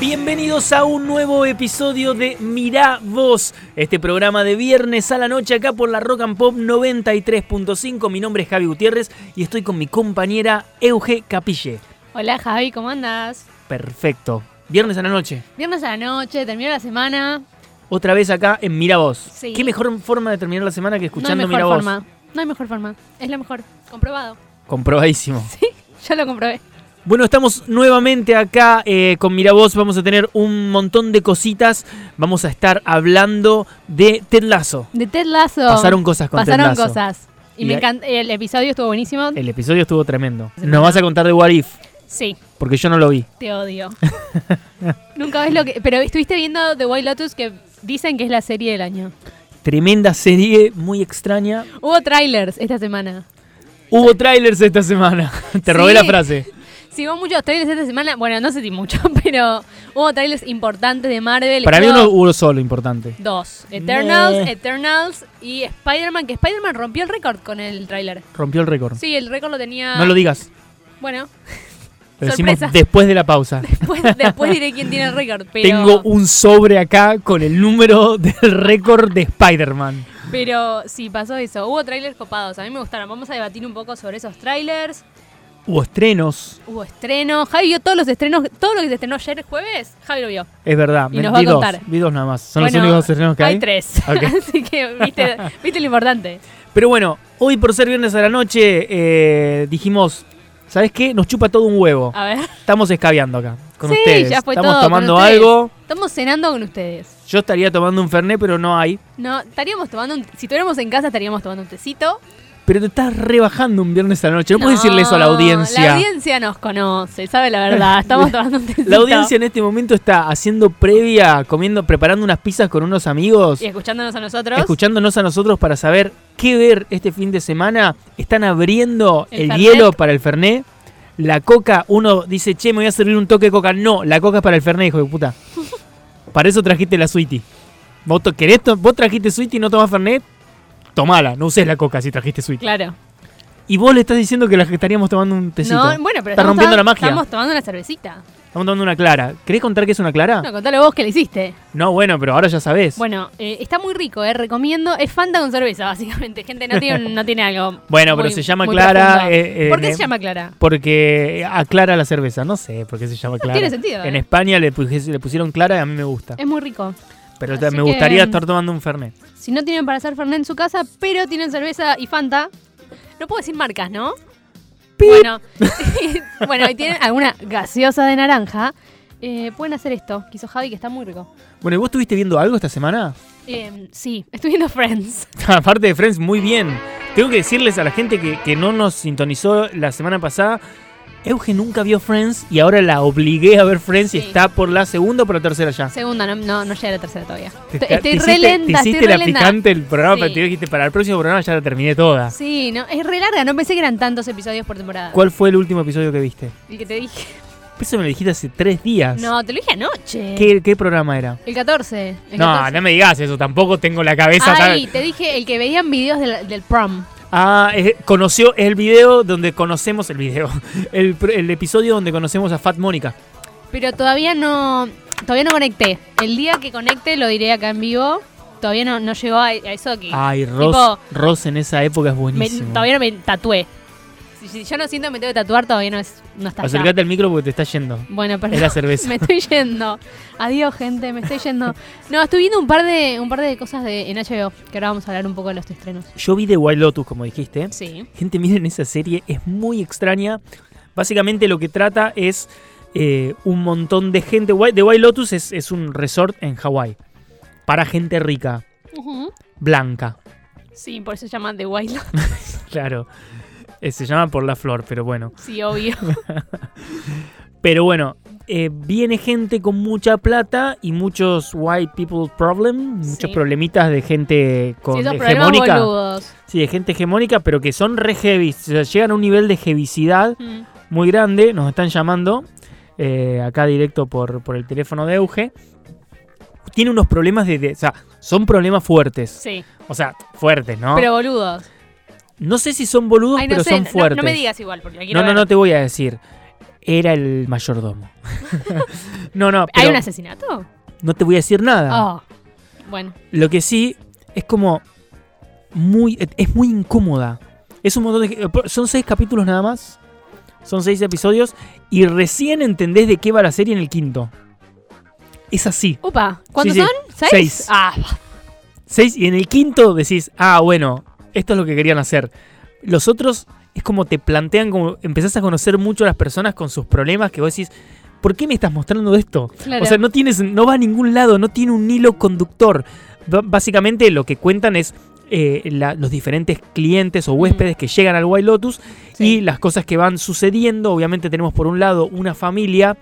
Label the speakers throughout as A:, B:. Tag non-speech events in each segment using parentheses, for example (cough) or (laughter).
A: Bienvenidos a un nuevo episodio de Mirá Vos, este programa de viernes a la noche acá por la Rock and Pop 93.5. Mi nombre es Javi Gutiérrez y estoy con mi compañera Euge Capille.
B: Hola Javi, ¿cómo andas?
A: Perfecto. Viernes a la noche,
B: Viernes a la noche, terminó la semana.
A: otra vez acá en Mirá Vos.
B: Sí.
A: ¿Qué mejor forma de terminar la semana que
B: no
A: escuchando
B: hay mejor
A: Mirá Vos?
B: forma. No hay mejor forma. Es la mejor. Comprobado.
A: Comprobadísimo.
B: Yo lo comprobé.
A: Bueno, estamos nuevamente acá eh, con Miravoz. Vamos a tener un montón de cositas. Vamos a estar hablando de Ted Lasso.
B: De Ted Lasso.
A: Pasaron cosas con
B: Pasaron
A: Ted Lasso.
B: cosas. Y,
A: Y
B: me
A: ahí-
B: encanta. El episodio estuvo buenísimo.
A: El episodio estuvo tremendo. Nos vas a contar de What If,
B: Sí,
A: porque yo no lo vi. (laughs)
B: te odio. Nunca ves lo que. Pero estuviste viendo The White Lotus que dicen que es la serie del año.
A: Tremenda serie, muy extraña.
B: Hubo trailers esta semana.
A: Hubo trailers esta semana. (laughs) Te robé
B: Sí.
A: la frase.
B: Sí, hubo muchos trailers esta semana. Bueno, no sé si muchos, (laughs) pero hubo trailers importantes de Marvel.
A: Para mí
B: Estuvo-
A: uno, uno solo importante.
B: Dos. Eternals,
A: Meh.
B: Eternals y Spider-Man, que Spider-Man rompió el récord con el tráiler.
A: Rompió el récord.
B: Sí, ah, el récord lo tenía...
A: No lo digas.
B: Bueno, (laughs)
A: Lo decimos
B: Sorpresa.
A: después de la pausa.
B: (laughs) después, después diré quién tiene el récord, pero...
A: Tengo un sobre acá con el número (laughs) del récord de Spider-Man.
B: Pero sí, pasó eso. Hubo trailers copados, a mí me gustaron. Vamos a debatir un poco sobre esos trailers.
A: Hubo estrenos.
B: Hubo estrenos. Javi vio todos los estrenos, todo lo que se estrenó ayer jueves, Javi lo vio.
A: Es verdad,
B: Y
A: me-
B: nos va
A: vi
B: a
A: dos,
B: contar.
A: vi dos nada más, son los
B: Bueno,
A: únicos estrenos que hay.
B: Hay tres,
A: (laughs) Ok.
B: (laughs) así que viste, viste lo importante.
A: Pero bueno, hoy por ser viernes a la noche eh, dijimos, ¿sabes qué? Nos chupa todo un huevo.
B: A ver.
A: Estamos escabeando acá con
B: sí,
A: ustedes.
B: ya fue
A: Estamos
B: todo, con
A: tomando
B: ustedes.
A: algo.
B: Estamos cenando con ustedes.
A: Yo estaría tomando un fernet, pero no hay.
B: No, estaríamos tomando un, si estuviéramos en casa estaríamos tomando un tecito.
A: Pero te estás rebajando un viernes a la noche. No, puedes decirle eso a la audiencia.
B: La audiencia nos conoce, sabe la
A: (laughs)
B: verdad. Estamos tomando un tecito.
A: La audiencia en este momento está haciendo previa, comiendo, preparando unas pizzas con unos amigos,
B: y escuchándonos a nosotros.
A: escuchándonos a nosotros para saber qué ver este fin de semana. Están abriendo
B: El
A: el,
B: Fernet.
A: hielo para el Fernet. La coca, uno dice, che, me voy a servir un toque de coca. No, la coca es para el Fernet, hijo de
B: (laughs)
A: puta. para eso trajiste la Sweetie. ¿Vos, to- querés to- vos trajiste Sweetie y no tomás Fernet? Tomala, no uses la coca si trajiste Sweetie.
B: Claro.
A: Y vos le estás diciendo que la que estaríamos tomando un tecito.
B: No, bueno, pero
A: Está
B: estamos
A: rompiendo
B: tomando-
A: la magia.
B: Estamos tomando una cervecita.
A: Estamos tomando una clara. ¿Querés contar qué es una clara?
B: No, contalo vos que le hiciste.
A: No, bueno, pero ahora ya sabés.
B: Bueno, eh, está muy rico, eh, recomiendo. Es Fanta con cerveza, básicamente. Gente, no tiene,
A: (laughs)
B: un- no tiene algo.
A: Bueno,
B: muy-
A: pero se llama
B: muy
A: clara.
B: profundo.
A: eh, eh,
B: ¿Por qué
A: eh,
B: se llama Clara?
A: Porque aclara la cerveza. No sé por qué se llama clara.
B: tiene sentido,
A: En
B: ¿eh?
A: España le, pujese- le pusieron clara y a mí me gusta.
B: Es muy rico.
A: Pero
B: así
A: ta- me
B: que-
A: gustaría estar tomando un Fernet.
B: Si no tienen para hacer Fernet en su casa, pero tienen cerveza y Fanta, no puedo decir marcas, ¿no? Bueno, (laughs) bueno, y tienen alguna gaseosa de naranja, eh, pueden hacer esto, que hizo Javi, que está muy rico.
A: Bueno, ¿y vos estuviste viendo algo esta semana? (laughs)
B: Eh, sí, estoy viendo Friends.
A: Aparte de Friends, muy bien. Tengo que decirles a la gente que, que no nos sintonizó la semana pasada. Euge nunca vio Friends y ahora la obligué a ver Friends y
B: Sí.
A: está por la segunda o por la tercera ya.
B: Segunda, no, no, no llega a la tercera todavía.
A: Te-
B: Estoy,
A: te-
B: estoy
A: te
B: re
A: hiciste, te
B: lenta,
A: hiciste
B: estoy re
A: la
B: lenta.
A: picante el programa, pero
B: Sí.
A: te dijiste para el próximo programa ya la terminé toda.
B: Sí, no, es re larga, no pensé que eran tantos episodios por temporada.
A: ¿Cuál fue el último episodio que viste?
B: El que te dije.
A: Eso me lo dijiste hace tres días.
B: No, te lo dije anoche.
A: ¿Qué, qué programa era?
B: El 14. el
A: no,
B: 14.
A: no me digas eso, tampoco tengo la cabeza
B: Ay,
A: tan-
B: te dije el que veían videos del, del prom.
A: Ah, es- conoció, es el video donde conocemos el video. (laughs) El, pr- el episodio donde conocemos a Fat Mónica.
B: Pero todavía no, todavía no conecté. El día que conecte lo diré acá en vivo. Todavía no, no llegó a, a eso que
A: Ay, Ross,
B: Tipo-
A: Ross en esa época es
B: me-
A: Ah, buenísimo.
B: todavía no me tatué. Si, si yo no siento que me tengo que tatuar, todavía no, es, no está acá.
A: Acercate al micro porque te está yendo.
B: Bueno,
A: Es
B: (laughs)
A: la
B: perdón.
A: cerveza.
B: Me estoy yendo. Adiós, gente, me estoy yendo. No, estoy viendo un par de un par de cosas de, en HBO, que ahora vamos a hablar un poco de los estrenos.
A: Yo vi The Wild Lotus, como dijiste.
B: Sí.
A: Gente, miren esa serie, es muy extraña. Básicamente lo que trata es eh, un montón de gente. Wi- The Wild Lotus es, es un resort en Hawái. Para gente rica, blanca.
B: Sí, por eso se llama The Wild. Lotus.
A: Claro. Eh, se llama por la flor, pero bueno.
B: (laughs) Sí, obvio.
A: Pero bueno, eh, viene gente con mucha plata y muchos white people problem, muchos
B: Sí.
A: problemitas de gente con
B: Sí, esos problemas
A: hegemónica.
B: boludos.
A: Sí, de gente hegemónica, pero que son re heavy. O sea, llegan a un nivel de heavicidad
B: Mm.
A: muy grande. Nos están llamando eh, acá directo por, por el teléfono de Euge. Tiene unos problemas de, de- O sea, son problemas fuertes.
B: Sí,
A: O sea, fuertes, ¿no?
B: pero boludos.
A: no sé si son boludos,
B: Ay, no
A: pero
B: sé,
A: son
B: no,
A: fuertes.
B: no me digas igual, porque la quiero
A: No, no,
B: ver.
A: no te voy a decir. era el mayordomo. (laughs) no, no,
B: ¿Hay
A: pero Ah.
B: un asesinato?
A: no te voy a decir nada.
B: Oh. Bueno,
A: Lo que sí es como muy es muy incómoda. Es un montón de eh, son seis capítulos nada más. Son seis episodios y recién entendés de qué va la serie en el quinto. Es así.
B: upa, ¿cuántos
A: Sí, sí.
B: son? ¿Seis?
A: Seis.
B: Ah,
A: Seis y en el quinto decís, ah, bueno, esto es lo que querían hacer. Los otros es como te plantean, como empezás a conocer mucho a las personas con sus problemas que vos decís, ¿por qué me estás mostrando esto?
B: claro.
A: O sea, no tienes, no va a ningún lado, no tiene un hilo conductor. B- básicamente lo que cuentan es eh, la- los diferentes clientes o huéspedes que llegan al White Lotus
B: Sí.
A: y las cosas que van sucediendo. Obviamente tenemos por un lado una familia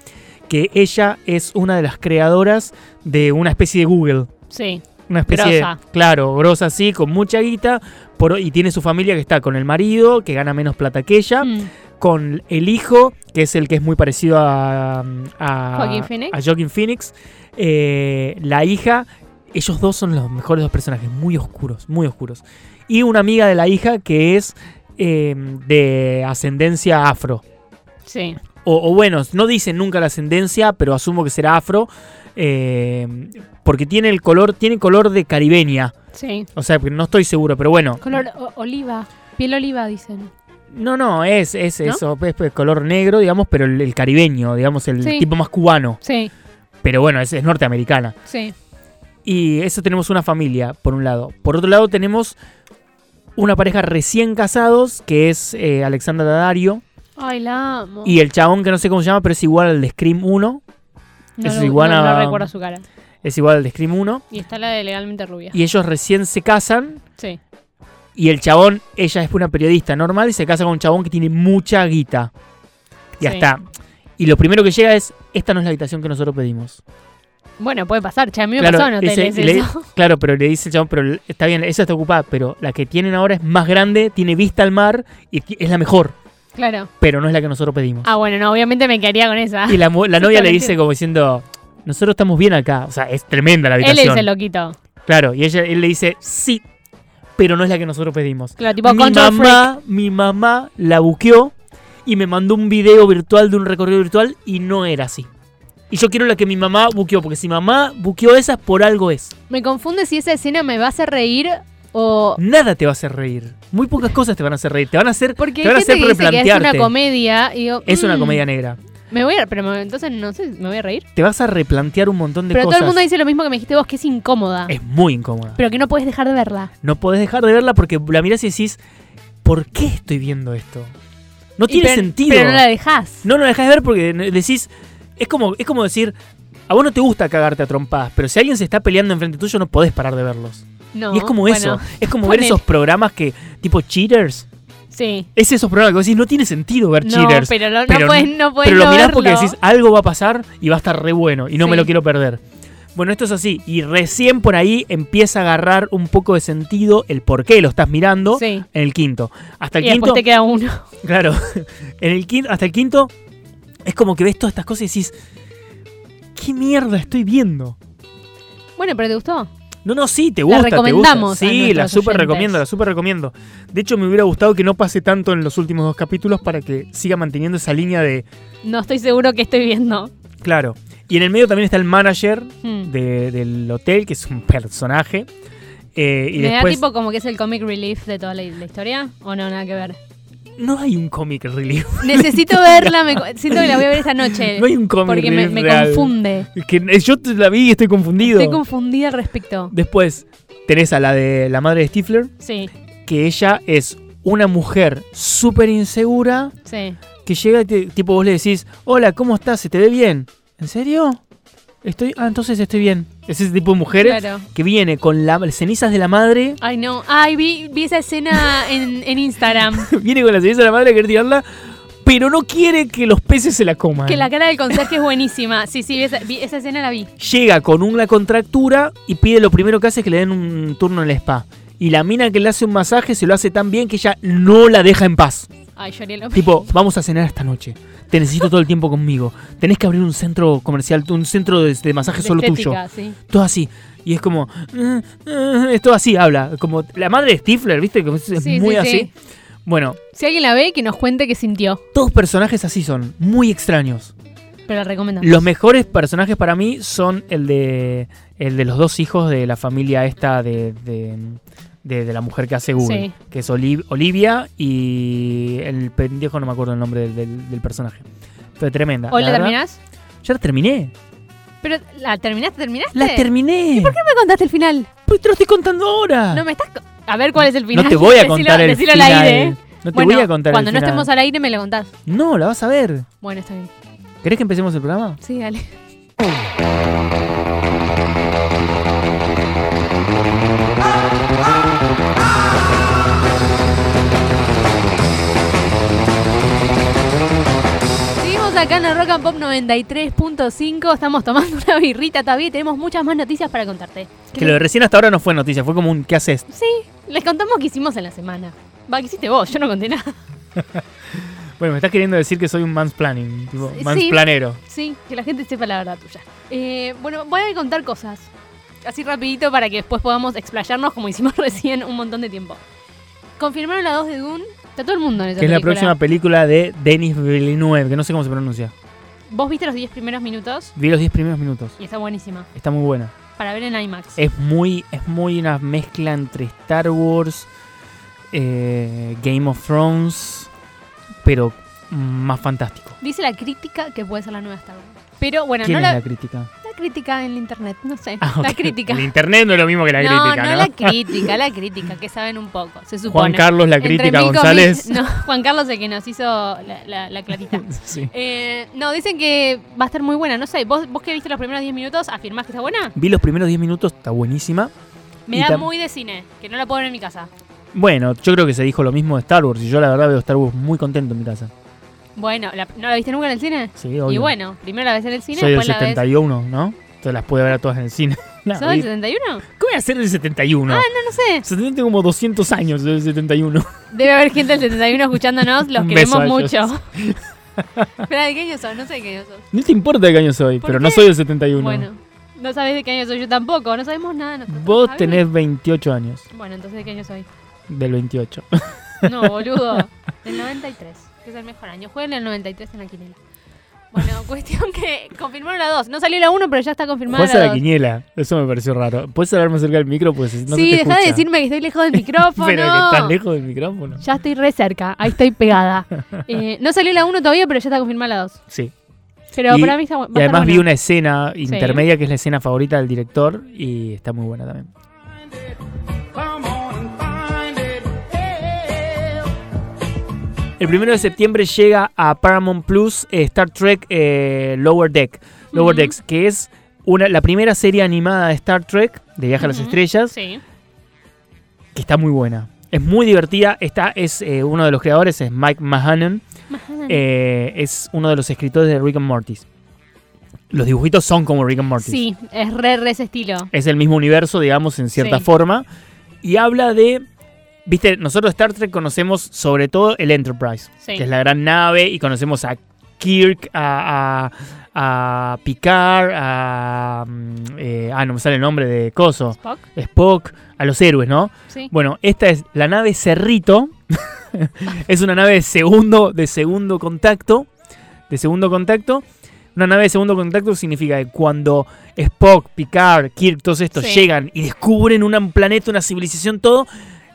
A: que ella es una de las creadoras de una especie de Google.
B: Sí,
A: Una especie de-
B: Grosa.
A: claro, grosa así, con mucha guita, por- y tiene su familia que está con el marido, que gana menos plata que ella,
B: Mm,
A: con el hijo, que es el que es muy parecido a, a
B: Joaquin Phoenix.
A: a Joaquin Phoenix. Eh, la hija, ellos dos son los mejores dos personajes, muy oscuros, muy oscuros. Y una amiga de la hija que es eh, de ascendencia afro.
B: sí.
A: O, o bueno, no dicen nunca la ascendencia, pero asumo que será afro. eh, porque tiene el color, tiene color de caribeña.
B: Sí.
A: O sea, que no estoy seguro, pero bueno.
B: Color o- oliva. Piel oliva, dicen.
A: No, no, es, es
B: ¿No?
A: eso, es, es color negro, digamos, pero el, el caribeño, digamos, el
B: Sí.
A: tipo más cubano.
B: Sí,
A: Pero bueno, es, es norteamericana.
B: sí.
A: Y eso tenemos una familia, por un lado. Por otro lado, tenemos una pareja recién casados, que es eh, Alexandra Daddario,
B: Ay, la amo.
A: y el chabón que no sé cómo se llama, pero es igual al de Scream 1.
B: no,
A: es
B: lo-
A: igual
B: no- no
A: a-
B: recuerdo su cara.
A: Es igual al de Scream 1.
B: Y está la de legalmente rubia.
A: Y ellos recién se casan.
B: Sí.
A: Y el chabón, ella es una periodista normal y se casa con un chabón que tiene mucha guita. Y ya
B: Sí.
A: está. Y lo primero que llega es, esta no es la habitación que nosotros pedimos.
B: Bueno, puede pasar. Che, a mí me
A: Claro,
B: pasó en hoteles
A: ese- le-
B: eso.
A: (laughs)
B: (laughs)
A: Claro, pero le dice el chabón, pero l- está bien, esa está ocupada, pero la que tienen ahora es más grande, tiene vista al mar y ti- es la mejor,
B: Claro.
A: pero no es la que nosotros pedimos.
B: Ah, bueno, no, obviamente me quedaría con esa.
A: Y la, mu-
B: (laughs)
A: la
B: sí,
A: novia le
B: también
A: dice
B: tiene-
A: como diciendo, nosotros estamos bien acá, o sea, es tremenda la
B: Él es
A: habitación.
B: el loquito.
A: Claro, y ella, él le dice, sí, pero no es la que nosotros pedimos.
B: Claro, tipo
A: mi
B: control freak.
A: mamá, mi mamá la buqueó y me mandó un video virtual de un recorrido virtual y no era así. Y yo quiero la que mi mamá buqueó, porque si mamá buqueó esas, por algo es.
B: Me confunde si esa escena me va a hacer reír o...
A: nada te va a hacer reír. Muy pocas cosas te van a hacer reír. Te van a hacer,
B: Porque
A: te van a
B: hay gente
A: hacer
B: que dice que es una
A: replantearte.
B: comedia y digo,
A: es una
B: mm,
A: comedia negra.
B: Me voy a... Pero me- entonces, no sé, ¿me voy a reír?
A: Te vas a replantear un montón de
B: Pero
A: cosas.
B: todo el mundo dice lo mismo que me dijiste vos, que es incómoda.
A: Es muy incómoda.
B: Pero que no puedes dejar de verla.
A: No podés dejar de verla porque la mirás y decís, ¿por qué estoy viendo esto? No
B: Y
A: tiene
B: pero-
A: sentido.
B: Pero no la dejás.
A: No, no la dejás de ver porque decís, es como, es como decir, a vos no te gusta cagarte a trompadas, pero si alguien se está peleando enfrente tuyo no podés parar de verlos.
B: No.
A: y es como
B: bueno,
A: eso, es como ver
B: ponele.
A: esos programas que, tipo cheaters,
B: Sí.
A: es esos programas que vos decís, no tiene sentido ver
B: No,
A: cheaters.
B: pero lo-
A: pero
B: no puedes no, puedes
A: Pero
B: no
A: lo mirás
B: verlo.
A: porque decís, algo va a pasar y va a estar re bueno y no me
B: Sí.
A: lo quiero perder. Bueno, esto es así. Y recién por ahí empieza a agarrar un poco de sentido el por qué lo estás mirando
B: Sí.
A: en el quinto. Hasta
B: Y
A: el quinto.
B: después te queda uno. (laughs)
A: Claro. (laughs) En el quinto, hasta el quinto es como que ves todas estas cosas y decís, ¿qué mierda estoy viendo?
B: Bueno, pero ¿te gustó?
A: No, no, sí, te gusta. te gusta.
B: recomendamos a
A: Sí, la
B: nuestros
A: súper
B: oyentes.
A: recomiendo, la súper recomiendo. De hecho, me hubiera gustado que no pase tanto en los últimos dos capítulos para que siga manteniendo esa línea de,
B: No estoy seguro que estoy viendo.
A: Claro. Y en el medio también está el manager
B: Hmm.
A: de- del hotel, que es un personaje. Eh, y
B: ¿Me da
A: después
B: tipo como que es el comic relief de toda la, la historia? ¿O no? Nada
A: (laughs)
B: que ver.
A: no hay un cómic
B: (laughs)
A: relief.
B: Necesito verla. Me, co- siento que la voy a ver esta noche.
A: No hay un cómic
B: Eh, porque me,
A: relief
B: me
A: real.
B: confunde.
A: Que eh, yo te la vi y estoy confundido.
B: Estoy confundida al respecto.
A: después tenés a la de la madre de Stifler,
B: Sí,
A: que ella es una mujer súper insegura
B: sí.
A: que llega y te- tipo vos le decís, "Hola, ¿cómo estás? ¿Se te ve bien?" ¿En serio? Estoy ah, entonces estoy bien. Es ese tipo de mujeres
B: Claro.
A: que viene con la- las cenizas de la madre
B: Ay, no. Ay, vi, vi esa escena en,
A: (laughs)
B: en Instagram.
A: viene con la ceniza de la madre a querer tirarla, pero no quiere que los peces se la coman.
B: Que la cara del conserje es buenísima. Sí, sí, vi esa, vi- esa escena la vi.
A: Llega con una contractura y pide lo primero que hace es que le den un turno en el spa. Y la mina que le hace un masaje se lo hace tan bien que ella no la deja en paz.
B: Ay, lloré lo
A: Tipo, vamos a cenar esta noche. Te necesito todo el tiempo conmigo. Tenés que abrir un centro comercial, un centro de, de masaje
B: de
A: solo tuyo.
B: estética, sí.
A: Todo así. Y es como. "Eh, "Mm, mm", es todo así habla. Como la madre de Stifler, ¿viste? Como es, es
B: Sí,
A: muy
B: sí,
A: así.
B: sí.
A: Bueno,
B: Si alguien la ve, que nos cuente qué sintió.
A: todos personajes así son, muy extraños.
B: Pero la recomendamos.
A: Los mejores personajes para mí son el de el de los dos hijos de la familia esta de, de, de- de la mujer que hace Google,
B: Sí.
A: que es Oli- Olivia y el pendejo, no me acuerdo el nombre del, del- del personaje. Fue tremenda.
B: ¿Hoy la,
A: verdad,
B: terminás?
A: Ya la terminé.
B: Pero, ¿la terminaste? ¿Terminaste?
A: La terminé. ¿Por qué
B: me contaste el final?
A: te lo estoy contando ahora?
B: No me estás... co- A ver cuál es el
A: Ah.
B: final.
A: No te voy a
B: (laughs) Decilo-
A: contar el
B: decilo
A: final.
B: al aire. ¿eh?
A: No te
B: Bueno,
A: voy a contar
B: cuando
A: el
B: no
A: final.
B: estemos al aire me lo contás.
A: No, la vas a ver.
B: Bueno, está bien.
A: ¿Querés que empecemos el programa?
B: Sí, dale. Seguimos acá en el Rock and Pop 93.5. Estamos tomando (laughs) una birrita todavía y tenemos muchas más noticias para contarte.
A: Que lo de recién hasta ahora no fue noticia, fue como un ¿qué haces?
B: Sí, les contamos qué hicimos en la semana. Va, que hiciste vos, yo no conté nada. (laughs)
A: Bueno, me estás queriendo decir que soy un mansplanning, tipo,
B: Sí.
A: mansplanero.
B: Sí, que la gente sepa la verdad tuya. Eh, bueno, voy a contar cosas. Así rapidito para que después podamos explayarnos como hicimos (laughs) recién un montón de tiempo. Confirmaron la 2 de Dune. Está todo el mundo en esa
A: Que es la
B: película.
A: próxima película de Denis Villeneuve, que no sé cómo se pronuncia.
B: Vos viste los 10 primeros minutos
A: Vi los 10 primeros minutos.
B: y está buenísima.
A: Está muy buena.
B: Para ver en IMAX.
A: Es muy, es muy una mezcla entre Star Wars, eh, Game of Thrones, pero más fantástico.
B: Dice la crítica que puede ser la nueva Star Wars. Pero bueno,
A: ¿Quién
B: no
A: es
B: la,
A: la, crítica?
B: la crítica en la internet, no sé.
A: Ah,
B: La
A: ok.
B: crítica.
A: El internet no es lo mismo que la
B: no,
A: crítica,
B: no,
A: ¿no?
B: la crítica, la crítica, que saben un poco, se
A: Juan
B: supone.
A: Carlos, la
B: Entre
A: crítica
B: mil comi- (laughs)
A: González.
B: No, Juan Carlos el que nos hizo la, la- la clarita.
A: (laughs) Sí.
B: Eh, no, dicen que va a estar muy buena. No sé, vos, vos que viste los primeros 10 minutos, afirmás que está buena.
A: Vi los primeros 10 minutos, está buenísima.
B: Me
A: Y
B: da
A: tam-
B: muy de cine, que no la puedo ver en mi casa.
A: Bueno, yo creo que se dijo lo mismo de Star Wars y yo la verdad veo Star Wars muy contento en mi casa.
B: Bueno, ¿la- ¿no la viste nunca en el cine?
A: Sí, obvio.
B: Y bueno, primero la ves en el cine,
A: Soy del
B: después la ves.
A: 71, ¿no? Entonces las pude ver a todas en el
B: (laughs)
A: cine. No,
B: ¿Sos del
A: y-
B: 71? No,
A: ¿Cómo voy a ser del 71? Ah,
B: no sé.
A: Tengo como 200 años del 71.
B: Debe haber gente del 71 escuchándonos, los
A: Un
B: queremos
A: beso a ellos. (laughs)
B: mucho. Espera, ¿de qué año sos? No sé de qué año sos.
A: (laughs) No te importa de qué año soy,
B: ¿Por
A: pero
B: qué?
A: no soy del 71.
B: Bueno, no sabés de qué año soy yo tampoco, no sabemos nada. nosotros.
A: Vos
B: ¿Sabés?
A: tenés 28 años,
B: Bueno, entonces, ¿de qué año soy?
A: del 28.
B: No,
A: (laughs)
B: boludo. Del 93, que es el mejor año. Jueguen el 93 en la quinela. Bueno, (laughs) cuestión que confirmaron la 2. No salió la 1, pero ya está confirmada
A: Juegas a
B: la
A: la
B: 2.
A: quiniela, eso me pareció raro. ¿Puedes hablar más cerca del micro? Pues no se te
B: sí, deja de
A: escucha.
B: decirme que estoy lejos
A: (laughs)
B: del micrófono.
A: Pero que estás lejos del micrófono.
B: Ya estoy re cerca, ahí estoy
A: (laughs)
B: pegada. Eh, no salió la 1 todavía, pero ya está confirmada la 2.
A: Sí.
B: Pero
A: Y-
B: para mí está bu- va a
A: Y
B: estar
A: además vi
B: buena.
A: una escena intermedia que es la escena favorita del director y está muy buena también. El primero de septiembre llega a Paramount Plus eh, Star Trek eh, Lower Deck, Lower
B: Ujú.
A: Decks, que es una, la primera serie animada de Star Trek, de Viaje a las
B: Ujú.
A: Estrellas,
B: Sí.
A: que está muy buena. Es muy divertida. Esta es eh, uno de los creadores, es Mike Mahanan. Eh, es uno de los escritores de Rick and Morty. Los dibujitos son como Rick and Morty.
B: Sí, es re, re ese estilo.
A: Es el mismo universo, digamos, en cierta
B: Sí.
A: forma. Y habla de. Viste, nosotros Star Trek conocemos sobre todo el Enterprise,
B: Sí.
A: que es la gran nave, y conocemos a Kirk, a, a, a Picard, a. mm, eh, ah, no me sale el nombre de Coso,
B: Spock,
A: Spock, a los héroes, ¿no?
B: sí.
A: Bueno, esta es la nave Cerrito. (laughs) es una nave de segundo, de segundo contacto. De segundo contacto. Una nave de segundo contacto significa que cuando Spock, Picard, Kirk, todos estos
B: Sí.
A: llegan y descubren un planeta, una civilización, todo,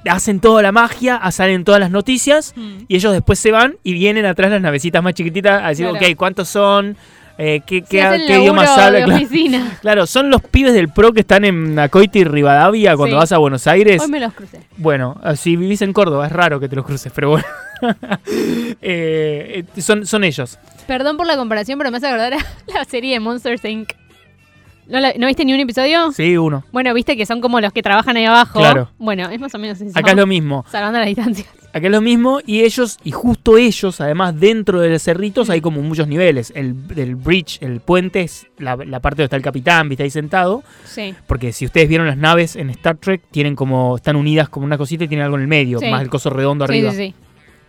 A: hacen toda la magia, salen todas las noticias
B: Mm.
A: y ellos después se van y vienen atrás las navecitas más chiquititas a decir,
B: Claro.
A: ok, ¿cuántos son? Eh, ¿Qué,
B: Sí,
A: qué-
B: hacen
A: qué
B: laburo
A: idiomas
B: de
A: hablan? Claro, (laughs)
B: oficina.
A: claro, son los pibes del pro que están en Acoiti y Rivadavia cuando
B: Sí.
A: vas a Buenos Aires.
B: Hoy me los crucé.
A: Bueno, eh, si vivís en Córdoba, es raro que te los cruces, pero bueno. (laughs) Eh, eh, son, son ellos.
B: Perdón por la comparación, pero me hace acordar a (laughs) la serie de Monsters Inc. ¿No, la- no viste ni un episodio?
A: Sí, uno.
B: Bueno, viste que son como los que trabajan ahí abajo.
A: Claro.
B: Bueno, es más o menos eso.
A: Acá es lo mismo.
B: Salvando la distancia.
A: Acá es lo mismo. Y ellos, y justo ellos, además, dentro de los cerritos hay como muchos niveles. El, el bridge, el puente, es la, la parte donde está el capitán, viste ahí sentado.
B: Sí.
A: Porque si ustedes vieron las naves en Star Trek, tienen como, están unidas como una cosita y tienen algo en el medio,
B: Sí.
A: más el coso redondo
B: Sí,
A: arriba.
B: sí, sí.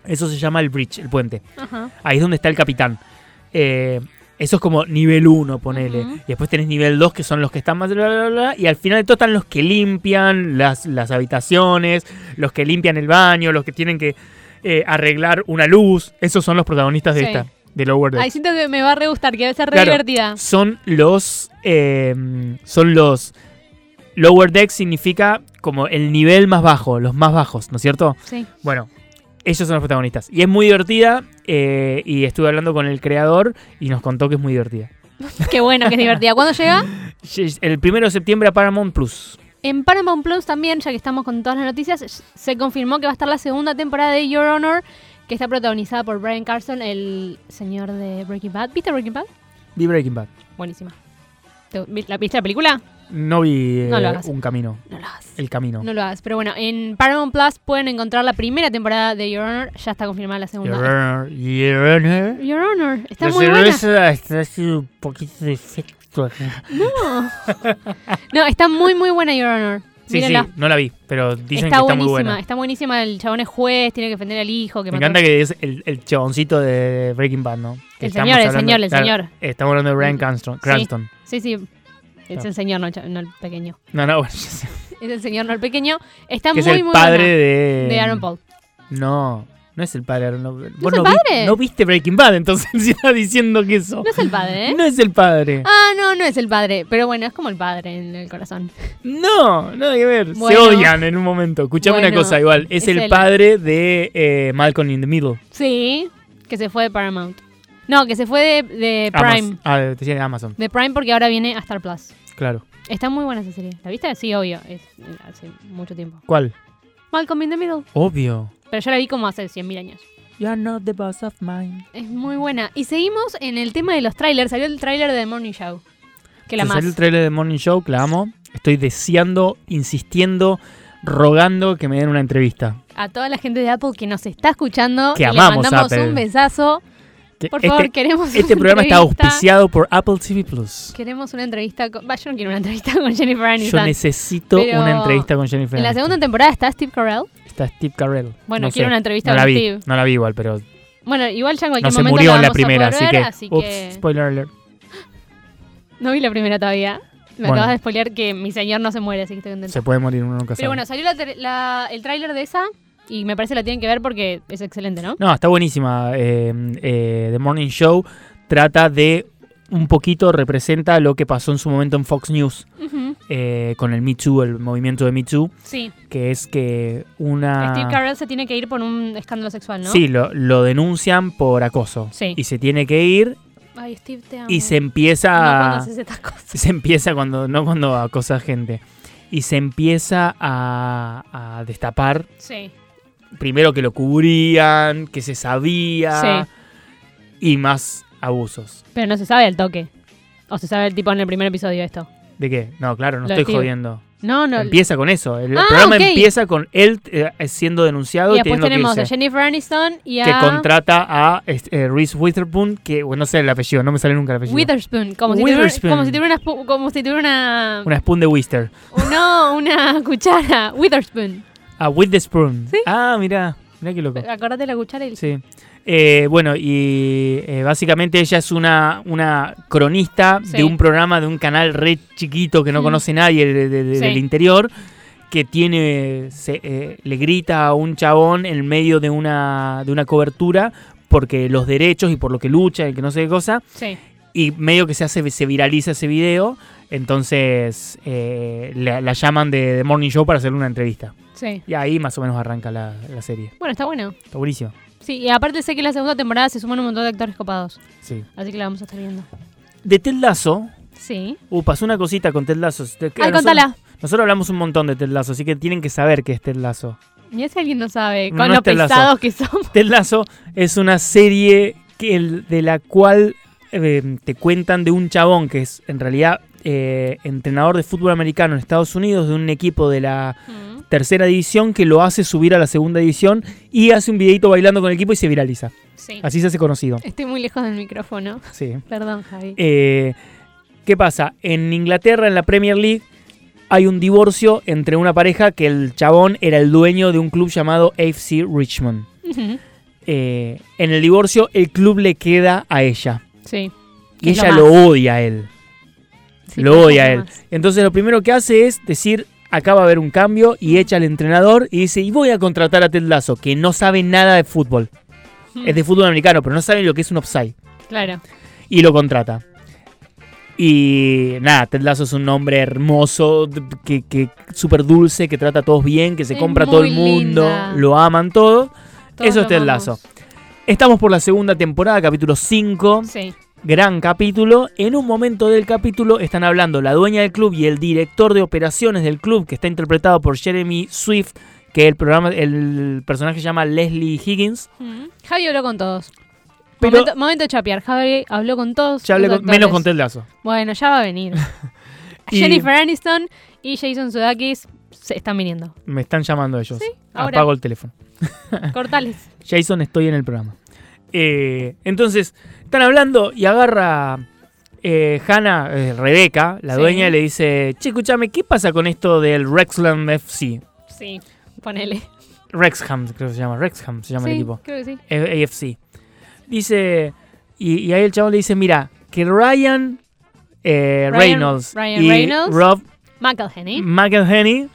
A: Eso se llama el bridge, el puente.
B: Ajá.
A: Ahí es donde está el capitán. Eh, eso es como nivel 1, ponele.
B: Ujú.
A: Y después tenés nivel 2, que son los que están más. bla, bla, bla, bla, y al final de todo están los que limpian las, las habitaciones, los que limpian el baño, los que tienen que. eh, arreglar una luz. Esos son los protagonistas de
B: Sí.
A: esta, de Lower Decks.
B: Ay, siento que me va a re gustar, que va a ser re
A: Claro.
B: divertida.
A: Son los. eh, son los. Lower Decks significa como el nivel más bajo, los más bajos, ¿no es cierto?
B: Sí.
A: Bueno, ellos son los protagonistas. Y es muy divertida. eh, y estuve hablando con el creador y nos contó que es muy divertida.
B: Qué bueno, que es divertida. ¿Cuándo llega?
A: El primero de septiembre a Paramount Plus.
B: En Paramount Plus también, ya que estamos con todas las noticias, se confirmó que va a estar la segunda temporada de Your Honor, que está protagonizada por Brian Carson, el señor de Breaking Bad. ¿Viste Breaking Bad?
A: Vi Breaking Bad.
B: Buenísima. ¿Te- vi- la- ¿Viste la película?
A: No vi eh,
B: No lo hagas.
A: un camino.
B: No lo hagas.
A: El camino.
B: No lo hagas. Pero bueno, en Paramount Plus pueden encontrar la primera temporada de Your Honor. Ya está confirmada la segunda.
A: Your Honor, Your Honor.
B: Your Honor. Está
A: ¿eh? La
B: muy buena.
A: cerveza está haciendo un poquito de efecto acá.
B: No. (laughs) No, está muy, muy buena Your Honor.
A: Sí,
B: Mírenla.
A: sí, no la vi, pero dicen
B: está
A: que está
B: buenísima,
A: muy buena.
B: está buenísima. El chabón es juez, tiene que defender al hijo. Que
A: Me
B: mató.
A: encanta que es el, el chaboncito de Breaking Bad, ¿no? Que
B: El
A: estamos
B: señor, el
A: hablando-
B: señor, el
A: claro,
B: señor.
A: Estamos hablando de Brian Cranston. Cranston.
B: Sí, sí. Es
A: No.
B: el señor, no el, cha- no el pequeño.
A: No, no, bueno, ya sé.
B: Es el señor, no el pequeño. Está
A: que es
B: muy,
A: el
B: muy
A: padre
B: buena.
A: de...
B: De Aaron Paul.
A: No, no es el padre de Aaron Paul. ¿No
B: el
A: no vi-
B: padre?
A: no viste Breaking Bad, entonces (laughs) si estás diciendo que eso.
B: No es el padre, ¿eh?
A: (laughs) No es el padre.
B: Ah, no, no es el padre. Pero bueno, es como el padre en el corazón.
A: No, nada que ver. Se
B: Bueno.
A: odian en un momento. Escuchame una
B: Bueno,
A: cosa, igual. Es,
B: es
A: el,
B: el-
A: padre de eh, Malcolm in the Middle.
B: Sí, que se fue de Paramount. No, que se fue de, de
A: Amaz-
B: Eh, Prime.
A: Ah, te decía de Amazon,
B: De Prime porque ahora viene a Star Plus.
A: claro.
B: Está muy buena esa serie. ¿La viste? Sí, obvio. Es, eh, hace mucho tiempo.
A: ¿Cuál?
B: Malcolm in the Middle.
A: Obvio.
B: Pero yo la vi como hace 100.000 años.
A: You're not the boss of mine.
B: Es muy buena. Y seguimos en el tema de los trailers. Salió el trailer de The Morning Show. Que la
A: Se
B: más.
A: salió el trailer de Morning Show, que la amo. Estoy deseando, insistiendo, rogando que me den una entrevista.
B: A toda la gente de Apple que nos está escuchando.
A: Que
B: y
A: amamos
B: le mandamos
A: Apple.
B: un besazo.
A: Que
B: Por
A: este
B: favor, queremos
A: este
B: una
A: programa está
B: entrevista.
A: auspiciado por Apple TV Plus.
B: Queremos una entrevista con... Va, yo no quiero una entrevista con Jennifer
A: Yo
B: Aniston.
A: necesito
B: Pero
A: una entrevista con Jennifer.
B: en la
A: Aniston.
B: segunda temporada está Steve Carell.
A: está Steve Carell.
B: Bueno,
A: No
B: quiero
A: sé.
B: una entrevista
A: no
B: con
A: la vi,
B: Steve.
A: No la vi igual, pero
B: Bueno, igual ya en
A: no
B: cualquier
A: se
B: momento
A: murió
B: la
A: en
B: vamos
A: la
B: a
A: primera,
B: poder
A: así
B: ver,
A: que,
B: así
A: ups,
B: que-
A: spoiler alert.
B: No vi la primera todavía. Me
A: Bueno.
B: acabas de spoilear que mi señor no se muere, así que estoy contenta.
A: Se puede morir uno nunca sabe.
B: Pero bueno, salió la tra- la- el tráiler de esa y me parece la tienen que ver porque es excelente, ¿no?
A: No, está buenísima. eh, eh, The Morning Show trata de un poquito representa lo que pasó en su momento en Fox News
B: Ujú.
A: eh, con el Me Too, el movimiento de Me Too,
B: Sí.
A: que es que una...
B: Steve Carell se tiene que ir por un escándalo sexual, ¿no?
A: Ah. Sí, lo, lo denuncian por acoso.
B: Sí.
A: Y se tiene que ir
B: Ay, Steve, te amo.
A: y se
B: No
A: empieza...
B: cuando
A: (laughs)
B: haces estas cosas.
A: se empieza cuando... No cuando acosa gente. Y se empieza a, a destapar
B: Sí.
A: primero que lo cubrían, que se sabía
B: Sí.
A: y más abusos.
B: Pero no se sabe al toque. O se sabe el tipo en el primer episodio esto.
A: ¿De qué? No, claro, no
B: Lo
A: estoy
B: escribe.
A: jodiendo.
B: No, no.
A: Empieza con eso. El
B: Ah,
A: programa
B: ok.
A: empieza con él eh, siendo denunciado
B: y
A: y,
B: después
A: teniendo que
B: tenemos a
A: irse.
B: Jennifer Aniston y a
A: Que contrata a este, eh, Reese Witherspoon, que bueno, no sé el apellido, no me sale nunca el apellido.
B: Witherspoon. Como si,
A: Pues Witherspoon.
B: Tuviera, como si tuviera una... espu- Como si tuviera una...
A: Una spoon de Wister.
B: No, una (laughs) cuchara. Witherspoon.
A: A Witherspoon.
B: Sí.
A: Ah, mirá, mirá qué loco.
B: Acordate la cuchara y...
A: Sí. Eh, bueno, y eh, básicamente ella es una, una cronista
B: Sí.
A: de un programa, de un canal re chiquito que no
B: Mm.
A: conoce nadie de- de- de-
B: Sí.
A: del interior, que tiene, se, eh, le grita a un chabón en medio de una, de una cobertura porque los derechos y por lo que lucha y que no sé qué cosa,
B: Sí.
A: y medio que se hace, se viraliza ese video, entonces eh, la, la llaman de, de Morning Show para hacerle una entrevista.
B: Sí.
A: Y ahí más o menos arranca la, la serie.
B: Bueno, está bueno.
A: Está buenísimo.
B: Sí, y aparte sé que la segunda temporada se suman un montón de actores copados.
A: Sí.
B: Así que la vamos a estar viendo.
A: De Ted Lasso,
B: Sí.
A: Uh, pasó una cosita con Ted Lasso. Te-
B: Ay,
A: nosotros-
B: contala.
A: Nosotros hablamos un montón de Ted Lasso, así que tienen que saber qué es Ted Lasso.
B: Mira si alguien no sabe,
A: No
B: con
A: es
B: lo
A: telazo.
B: pesados que
A: (laughs)
B: somos.
A: Ted Lasso es una serie que el- de la cual eh, te cuentan de un chabón que es en realidad eh, entrenador de fútbol americano en Estados Unidos, de un equipo de la
B: Mm,
A: tercera división que lo hace subir a la segunda división y hace un videito bailando con el equipo y se viraliza.
B: Sí.
A: Así se hace conocido.
B: Estoy muy lejos del micrófono.
A: Sí.
B: Perdón, Javi.
A: Eh, ¿Qué pasa? En Inglaterra, en la Premier League, hay un divorcio entre una pareja que el chabón era el dueño de un club llamado AFC Richmond.
B: Ujú.
A: Eh, en el divorcio, el club le queda a ella.
B: (laughs) Sí.
A: Y
B: Es lo
A: ella
B: más.
A: lo, odia a él.
B: Sí,
A: lo odia a
B: es
A: él.
B: lo más.
A: Entonces, lo primero que hace es decir, acaba de haber un cambio y echa al entrenador y dice, y voy a contratar a Ted Lasso, que no sabe nada de fútbol. Es de fútbol americano, pero no sabe lo que es un offside.
B: Claro.
A: Y lo contrata. Y nada, Ted Lasso es un hombre hermoso, d- que, que súper dulce, que trata a todos bien, que se
B: Es
A: compra a todo
B: muy
A: el mundo,
B: linda.
A: lo aman todo.
B: Todos
A: Eso
B: lo
A: es Ted
B: amamos.
A: Lasso. Estamos por la segunda temporada, capítulo 5.
B: Sí.
A: Gran capítulo. En un momento del capítulo están hablando la dueña del club y el director de operaciones del club, que está interpretado por Jeremy Swift, que el, programa, el personaje se llama Leslie Higgins.
B: Mm. Javi habló con todos.
A: Pero-
B: momento, momento chapear. Javi habló con todos.
A: Ya hablé
B: los
A: con- menos
B: actores.
A: con Ted Lasso.
B: Bueno, ya va a
A: (laughs)
B: venir. (laughs)
A: Y-
B: Jennifer Aniston y Jason Sudakis se están viniendo.
A: Me están llamando ellos.
B: Sí, ahora.
A: Apago el teléfono. Eh.
B: Cortales.
A: Jason, estoy en el programa. Eh, entonces, están hablando y agarra eh, Hannah, eh, Rebeca, la
B: Sí.
A: dueña, y le dice: Che, escúchame, ¿qué pasa con esto del Rexland FC?
B: Sí, ponele.
A: Rexham, creo que se llama. Rexham se llama el
B: sí,
A: equipo.
B: creo que sí.
A: E- AFC. Dice. Y, y ahí el chavo le dice: Mira, que Ryan, eh,
B: Ryan-
A: Reynolds
B: Ryan
A: y
B: Reynolds.
A: Rob Mm.
B: McElhenney.
A: McElhenney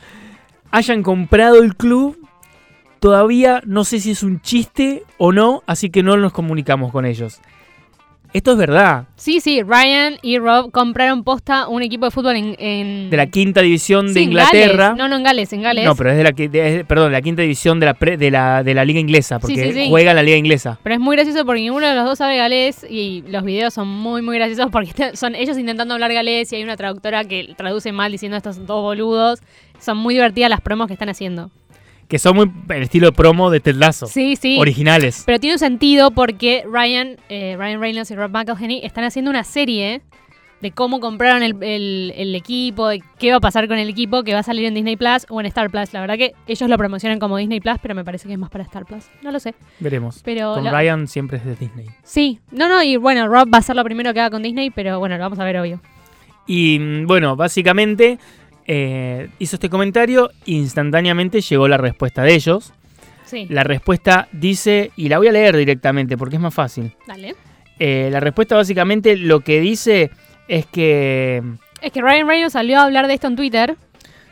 A: hayan comprado el club. Todavía no sé si es un chiste o no, así que no nos comunicamos con ellos. Esto es verdad.
B: Sí, sí, Ryan y Rob compraron posta un equipo de fútbol en... en-
A: De la quinta división
B: Sí,
A: de
B: en
A: Inglaterra.
B: Gales. No, no, en Gales, en Gales.
A: No, pero es de la, qui- de- perdón, la quinta división de la, pre- de la, de la liga inglesa, porque
B: sí, sí.
A: juega en la liga inglesa.
B: Pero es muy gracioso porque ninguno de los dos sabe galés y los videos son muy, muy graciosos porque (laughs) está- son ellos intentando hablar galés y hay una traductora que traduce mal diciendo estos dos boludos. Son muy divertidas las promos que están haciendo.
A: Que son muy el estilo promo de Ted Lasso.
B: Sí, sí.
A: Originales.
B: Pero tiene un sentido porque Ryan, eh, Ryan Reynolds y Rob McElhenney están haciendo una serie de cómo compraron el, el- el equipo, de qué va a pasar con el equipo, que va a salir en Disney Plus o en Star Plus. La verdad que ellos lo promocionan como Disney Plus, pero me parece que es más para Star Plus. No lo sé.
A: Veremos.
B: Pero
A: Con
B: lo-
A: Ryan siempre es de Disney.
B: Sí, no, no, y bueno, Rob va a ser lo primero que haga con Disney, pero bueno, lo vamos a ver obvio.
A: Y mm, bueno, básicamente eh, hizo este comentario, instantáneamente llegó la respuesta de ellos.
B: Sí,
A: La respuesta dice, y la voy a leer directamente porque es más fácil.
B: dale.
A: Eh, la respuesta básicamente lo que dice es que...
B: Es que Ryan Reynolds salió a hablar de esto en Twitter.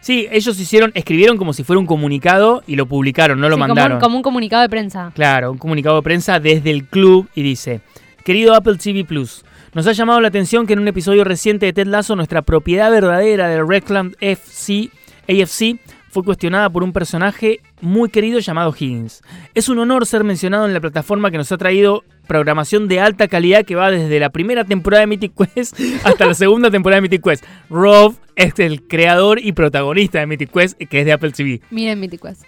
A: Sí, ellos hicieron, escribieron como si fuera un comunicado y lo publicaron, no lo
B: Sí, como un-
A: mandaron.
B: Como un comunicado de prensa.
A: Claro, un comunicado de prensa desde el club y dice, querido Apple TV Plus, nos ha llamado la atención que en un episodio reciente de Ted Lasso nuestra propiedad verdadera del Redland FC, AFC fue cuestionada por un personaje muy querido llamado Higgins. Es un honor ser mencionado en la plataforma que nos ha traído programación de alta calidad que va desde la primera temporada de Mythic Quest (laughs) hasta la segunda temporada de Mythic Quest. Rob es el creador y protagonista de Mythic Quest, que es de Apple TV.
B: Miren Mythic Quest.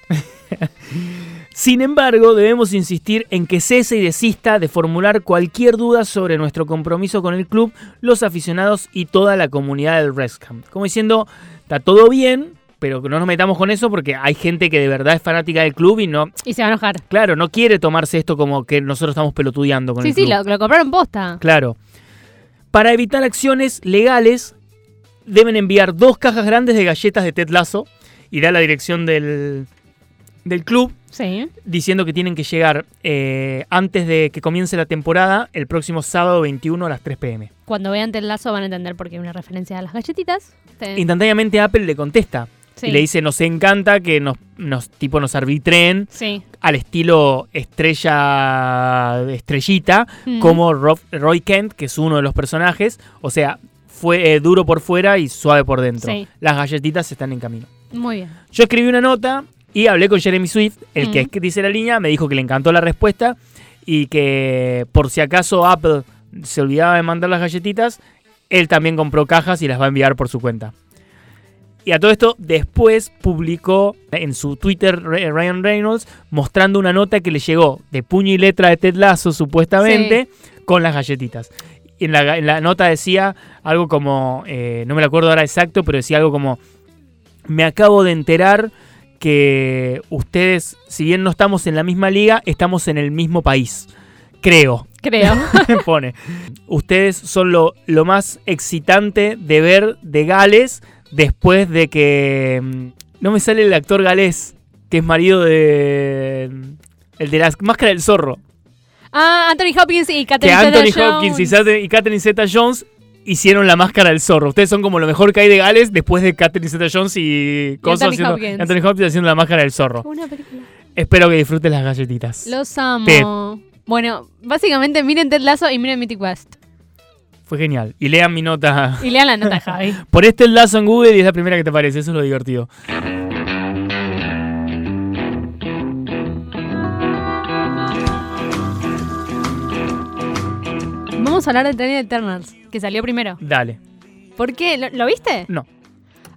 A: Sin embargo, debemos insistir en que cese y desista de formular cualquier duda sobre nuestro compromiso con el club, los aficionados y toda la comunidad del Rescam. Como diciendo, está todo bien, pero que no nos metamos con eso porque hay gente que de verdad es fanática del club y no,
B: Y se va a enojar.
A: claro, no quiere tomarse esto como que nosotros estamos pelotudeando con
B: Sí,
A: el
B: sí,
A: club.
B: lo, lo compraron posta.
A: Claro. Para evitar acciones legales, deben enviar dos cajas grandes de galletas de Ted Lasso. Irá a la dirección del, del club
B: Sí.
A: diciendo que tienen que llegar eh, antes de que comience la temporada, el próximo sábado 21 a las 3 pm.
B: Cuando vean Ted Lasso van a entender por qué hay una referencia a las galletitas. Sí.
A: Instantáneamente Apple le contesta
B: Sí.
A: y le dice, nos encanta que nos, nos, tipo, nos arbitren
B: Sí.
A: al estilo estrella, estrellita,
B: Mm.
A: como Rob- Roy Kent, que es uno de los personajes, o sea, fue eh, duro por fuera y suave por dentro.
B: Sí.
A: Las galletitas están en camino.
B: Muy bien.
A: Yo escribí una nota y hablé con Jeremy Swift, el que
B: Mm.
A: es que dice la línea, me dijo que le encantó la respuesta y que por si acaso Apple se olvidaba de mandar las galletitas, él también compró cajas y las va a enviar por su cuenta. Y a todo esto, después publicó en su Twitter Re- Ryan Reynolds mostrando una nota que le llegó de puño y letra de Ted Lasso, supuestamente, con las galletitas. Y En la, ga- en la nota decía algo como, eh, no me lo acuerdo ahora exacto, pero decía algo como, me acabo de enterar que ustedes, si bien no estamos en la misma liga, estamos en el mismo país. Creo,
B: Creo.
A: (laughs) pone. Ustedes son lo, lo más excitante de ver de Gales después de que... mm, No me sale el actor galés, que es marido de... mm, El de la máscara del zorro.
B: ah, Anthony Hopkins y
A: Que
B: Catherine
A: Anthony
B: Zeta-Jones.
A: Hopkins y Zeta- y Catherine Zeta Jones hicieron la máscara del zorro. Ustedes son como lo mejor que hay de Gales después de Catherine Zeta-Jones y, Coso
B: Anthony
A: haciendo,
B: Hopkins.
A: Anthony Hopkins haciendo la máscara del zorro.
B: Una película.
A: Espero que disfrutes las galletitas.
B: Los amo. Bueno, básicamente miren Ted Lasso y miren Mythic Quest.
A: Fue genial. Y lean mi nota. (laughs)
B: Y lean la nota, Javi.
A: Por este el lazo en Google y es la primera que te aparece. Eso es lo divertido.
B: Vamos a hablar de Tiny Eternals, que salió primero.
A: Dale.
B: ¿Por qué? ¿Lo, lo viste?
A: No.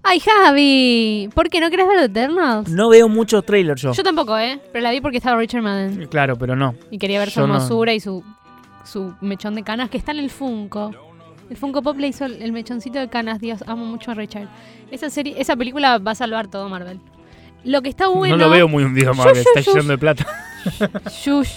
B: ¡Ay, Javi! ¿Por qué no querés ver Eternals?
A: No veo muchos trailers yo.
B: Yo tampoco, ¿eh? Pero la vi porque estaba Richard Madden.
A: Claro, pero no.
B: Y quería ver su
A: Yo no.
B: hermosura y su, su mechón de canas, que está en el Funko. El Funko Pop le hizo el, el mechoncito de canas. Dios, amo mucho a Richard. Esa, serie, esa película va a salvar todo Marvel. Lo que está bueno...
A: no lo veo muy hundido, Marvel.
B: yo,
A: Está
B: yo.
A: llenando de
B: (laughs)
A: plata.
B: Shush.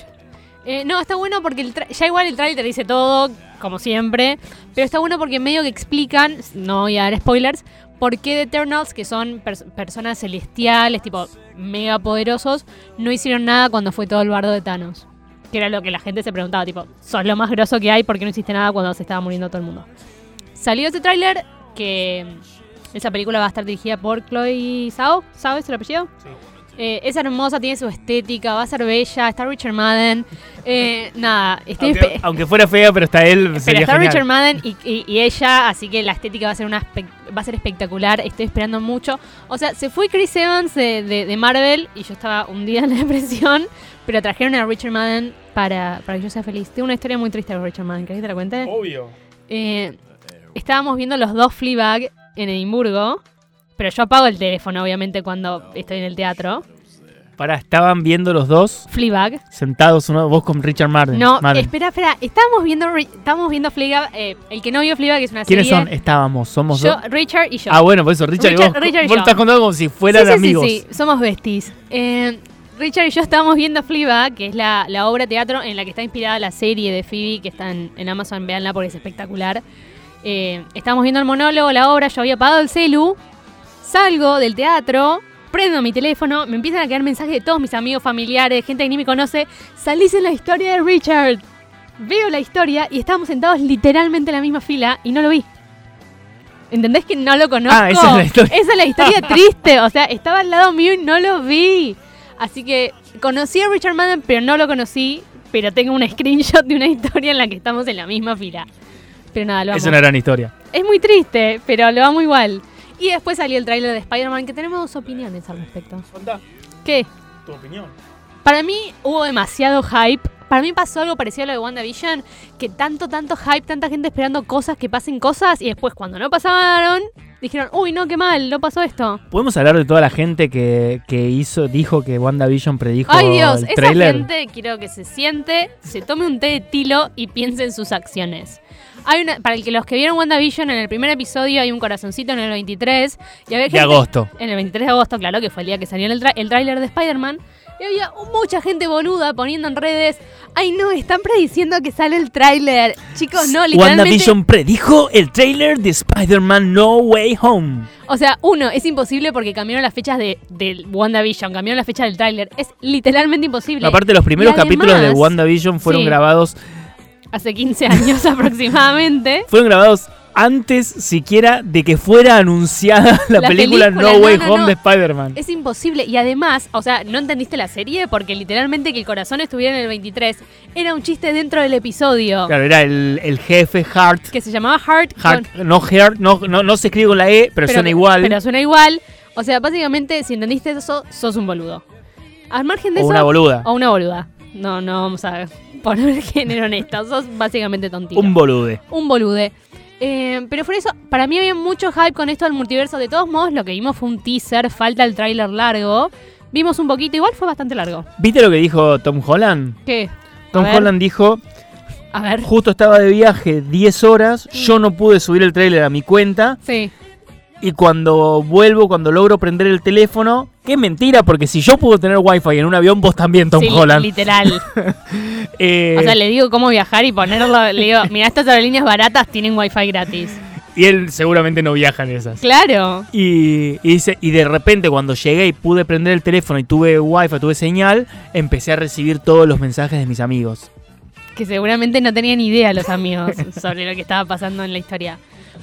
B: Eh, no, está bueno porque el tra- ya igual el trailer dice todo, como siempre, pero está bueno porque medio que explican, no voy a dar spoilers, por qué The Eternals, que son pers- personas celestiales, tipo mega poderosos, no hicieron nada cuando fue todo el bardo de Thanos. Que era lo que la gente se preguntaba, tipo, sos lo más grosso que hay, ¿por qué no hiciste nada cuando se estaba muriendo todo el mundo? Salió ese tráiler que mm, esa película va a estar dirigida por Chloe Zhao, ¿Zhao es el apellido? Eh, es hermosa, tiene su estética, va a ser bella, está Richard Madden. Eh, nada, estoy
A: Aunque,
B: espe-
A: aunque fuera fea, pero está él.
B: pero
A: sería
B: está
A: genial.
B: Richard Madden y, y- y ella, así que la estética va a ser una espe- va a ser espectacular, estoy esperando mucho. O sea, se fue Chris Evans de, de- de Marvel y yo estaba hundida (laughs) en la depresión, pero trajeron a Richard Madden para, para que yo sea feliz. Tengo una historia muy triste con Richard Madden, ¿querés que te la cuente?
A: Obvio.
B: Eh, estábamos viendo los dos Fleabag en Edimburgo, pero yo apago el teléfono, obviamente, cuando estoy en el teatro.
A: Pará, estaban viendo los dos
B: Fleabag.
A: sentados, uno, vos con Richard Madden.
B: No,
A: Madden.
B: espera, espera. Estábamos viendo, Ri- estábamos viendo Fleabag. eh, el que no vio Fleabag que es una
A: ¿Quiénes son?
B: serie.
A: Estábamos, somos
B: Yo,
A: dos.
B: Richard y yo.
A: Ah, bueno, por eso Richard, y
B: Richard-
A: vos,
B: Richard y
A: vos
B: yo.
A: lo estás contando como si fueran
B: Sí, sí, sí,
A: amigos.
B: Sí, somos besties. Eh, Richard y yo estábamos viendo Fleabag, que es la, la obra de teatro en la que está inspirada la serie de Phoebe, que está en, en Amazon, véanla porque es espectacular. Eh, estábamos viendo el monólogo, la obra, yo había apagado el celu, salgo del teatro, prendo mi teléfono, me empiezan a quedar mensajes de todos mis amigos, familiares, gente que ni me conoce, salís en la historia de Richard. Veo la historia y estábamos sentados literalmente en la misma fila y no lo vi. ¿Entendés que no lo conozco?
A: Ah, esa es la historia.
B: Esa es
A: (laughs)
B: la historia triste. O sea, estaba al lado mío y no lo vi. Así que conocí a Richard Madden, pero no lo conocí. Pero tengo un screenshot de una historia en la que estamos en la misma fila. Pero nada, lo amo.
A: Es una gran historia.
B: Es muy triste, pero lo amo igual. Y después salió el tráiler de Spider-Man, que tenemos dos opiniones al respecto. ¿Qué?
A: tu opinión.
B: Para mí hubo demasiado hype. Para mí pasó algo parecido a lo de WandaVision, que tanto, tanto hype, tanta gente esperando cosas, que pasen cosas, y después cuando no pasaron, dijeron, uy, no, qué mal, no pasó esto.
A: ¿Podemos hablar de toda la gente que, que hizo, dijo que WandaVision predijo
B: Ay Dios,
A: el
B: esa
A: trailer?
B: gente quiero que se siente, se tome un té de tilo y piense en sus acciones. Hay una, para el que los que vieron WandaVision en el primer episodio hay un corazoncito en el 23 y había
A: de
B: gente-
A: agosto.
B: En el 23 de agosto, claro, que fue el día que salió el, tra- el tráiler de Spider-Man. Y había mucha gente boluda poniendo en redes, ay no, están prediciendo que sale el tráiler. Chicos, no, literalmente...
A: WandaVision predijo el trailer de Spider-Man No Way Home.
B: O sea, uno, es imposible porque cambiaron las fechas de, del WandaVision, cambiaron las fechas del tráiler. Es literalmente imposible.
A: Aparte, los primeros
B: Y además-
A: capítulos de WandaVision fueron
B: Sí.
A: grabados
B: Hace 15 años (laughs) aproximadamente.
A: fueron grabados antes siquiera de que fuera anunciada (laughs) la,
B: La
A: película,
B: película,
A: No
B: no,
A: Way
B: no,
A: Home
B: no.
A: de Spider-Man.
B: Es imposible. Y además, o sea, no entendiste la serie porque literalmente que el corazón estuviera en el 23 era un chiste dentro del episodio.
A: Claro, era el, el jefe Hart.
B: Que se llamaba Heart.
A: Hart,
B: con-
A: no Hart, no, no, no se escribe con la E, pero, suena igual.
B: Pero suena igual. O sea, básicamente, si entendiste eso, sos un boludo. Al margen de
A: o
B: eso.
A: una boluda.
B: o una boluda. No, no vamos a poner género en esto. Sos básicamente tontito.
A: Un bolude.
B: un bolude. Eh, pero por eso, para mí había mucho hype con esto del multiverso. De todos modos, lo que vimos fue un teaser, falta el tráiler largo. Vimos un poquito, igual fue bastante largo.
A: ¿Viste lo que dijo Tom Holland?
B: ¿Qué?
A: Tom
B: A ver.
A: Holland dijo,
B: A ver.
A: justo estaba de viaje 10 horas, yo no pude subir el tráiler a mi cuenta
B: Sí.
A: y cuando vuelvo, cuando logro prender el teléfono, qué mentira, porque si yo puedo tener wifi en un avión, vos también, Tom
B: Sí, li-
A: Holland.
B: Literal.
A: (laughs) Eh,
B: O sea, le digo cómo viajar y ponerlo. Le digo, mirá, estas aerolíneas baratas tienen wifi gratis.
A: Y él seguramente no viaja en esas.
B: Claro.
A: Y, y dice, y de repente cuando llegué y pude prender el teléfono y tuve wifi, tuve señal, empecé a recibir todos los mensajes de mis amigos.
B: que seguramente no tenían idea
A: (laughs)
B: los amigos sobre lo que estaba pasando en la historia.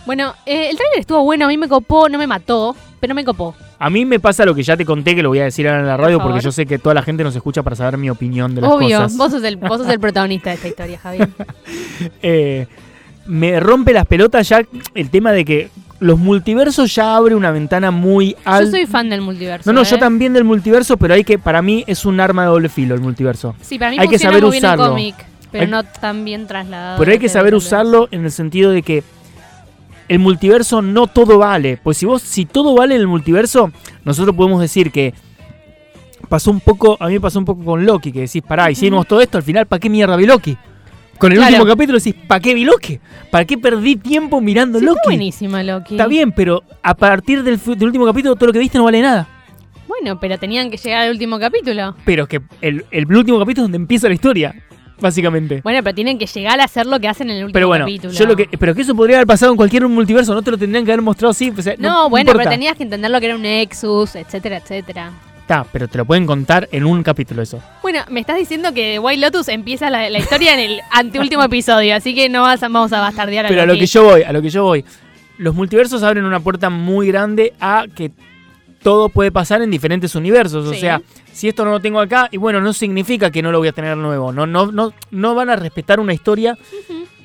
B: Bueno, eh, el trailer estuvo bueno, a mí me copó, no me mató, pero me copó.
A: A mí me pasa lo que ya te conté, que lo voy a decir ahora en la radio,
B: Por
A: porque
B: favor.
A: yo sé que toda la gente nos escucha para saber mi opinión de las
B: Obvio,
A: cosas.
B: vos sos, el, vos sos el protagonista de esta historia,
A: (laughs)
B: Javier.
A: Eh, me rompe las pelotas ya el tema de que los multiversos ya abre una ventana muy alta.
B: Yo soy fan del multiverso.
A: no, no,
B: ¿eh?
A: yo también del multiverso, pero hay que, para mí es un arma de doble filo el multiverso.
B: Sí, para mí
A: Hay que
B: funciona
A: saber
B: muy bien el
A: usarlo.
B: cómic, pero
A: Hay-
B: no tan bien trasladado.
A: Pero hay que
B: desde
A: saber
B: el-
A: usarlo en el sentido de que el multiverso no todo vale. Pues si vos, si todo vale en el multiverso, nosotros podemos decir que pasó un poco, a mí me pasó un poco con Loki, que decís, pará, hicimos todo esto, al final, ¿para qué mierda vi Loki? Con el
B: Claro.
A: último capítulo decís, ¿para qué vi Loki? ¿Para qué perdí tiempo mirando
B: Sí,
A: Loki?
B: está buenísima Loki.
A: Está bien, pero a partir del, fu- del último capítulo todo lo que viste no vale nada.
B: Bueno, pero tenían que llegar al último capítulo.
A: Pero que el, el último capítulo es donde empieza la historia, básicamente.
B: Bueno, pero tienen que llegar a hacer lo que hacen en el último
A: Pero bueno,
B: capítulo.
A: yo lo que, pero que eso podría haber pasado en cualquier multiverso, no te lo tendrían que haber mostrado así. o sea, no,
B: No,
A: no
B: bueno,
A: importa.
B: pero tenías que entender lo que era un Nexus, etcétera, etcétera.
A: Está, pero te lo pueden contar en un capítulo eso.
B: Bueno, me estás diciendo que White Lotus empieza la, la historia en el anteúltimo episodio, así que no vas a- vamos a bastardear a
A: Pero a lo
B: Loki.
A: que yo voy, a lo que yo voy. Los multiversos abren una puerta muy grande a que todo puede pasar en diferentes universos. O
B: Sí.
A: sea, si esto no lo tengo acá, y bueno, no significa que no lo voy a tener nuevo. No, no, no, no van a respetar una historia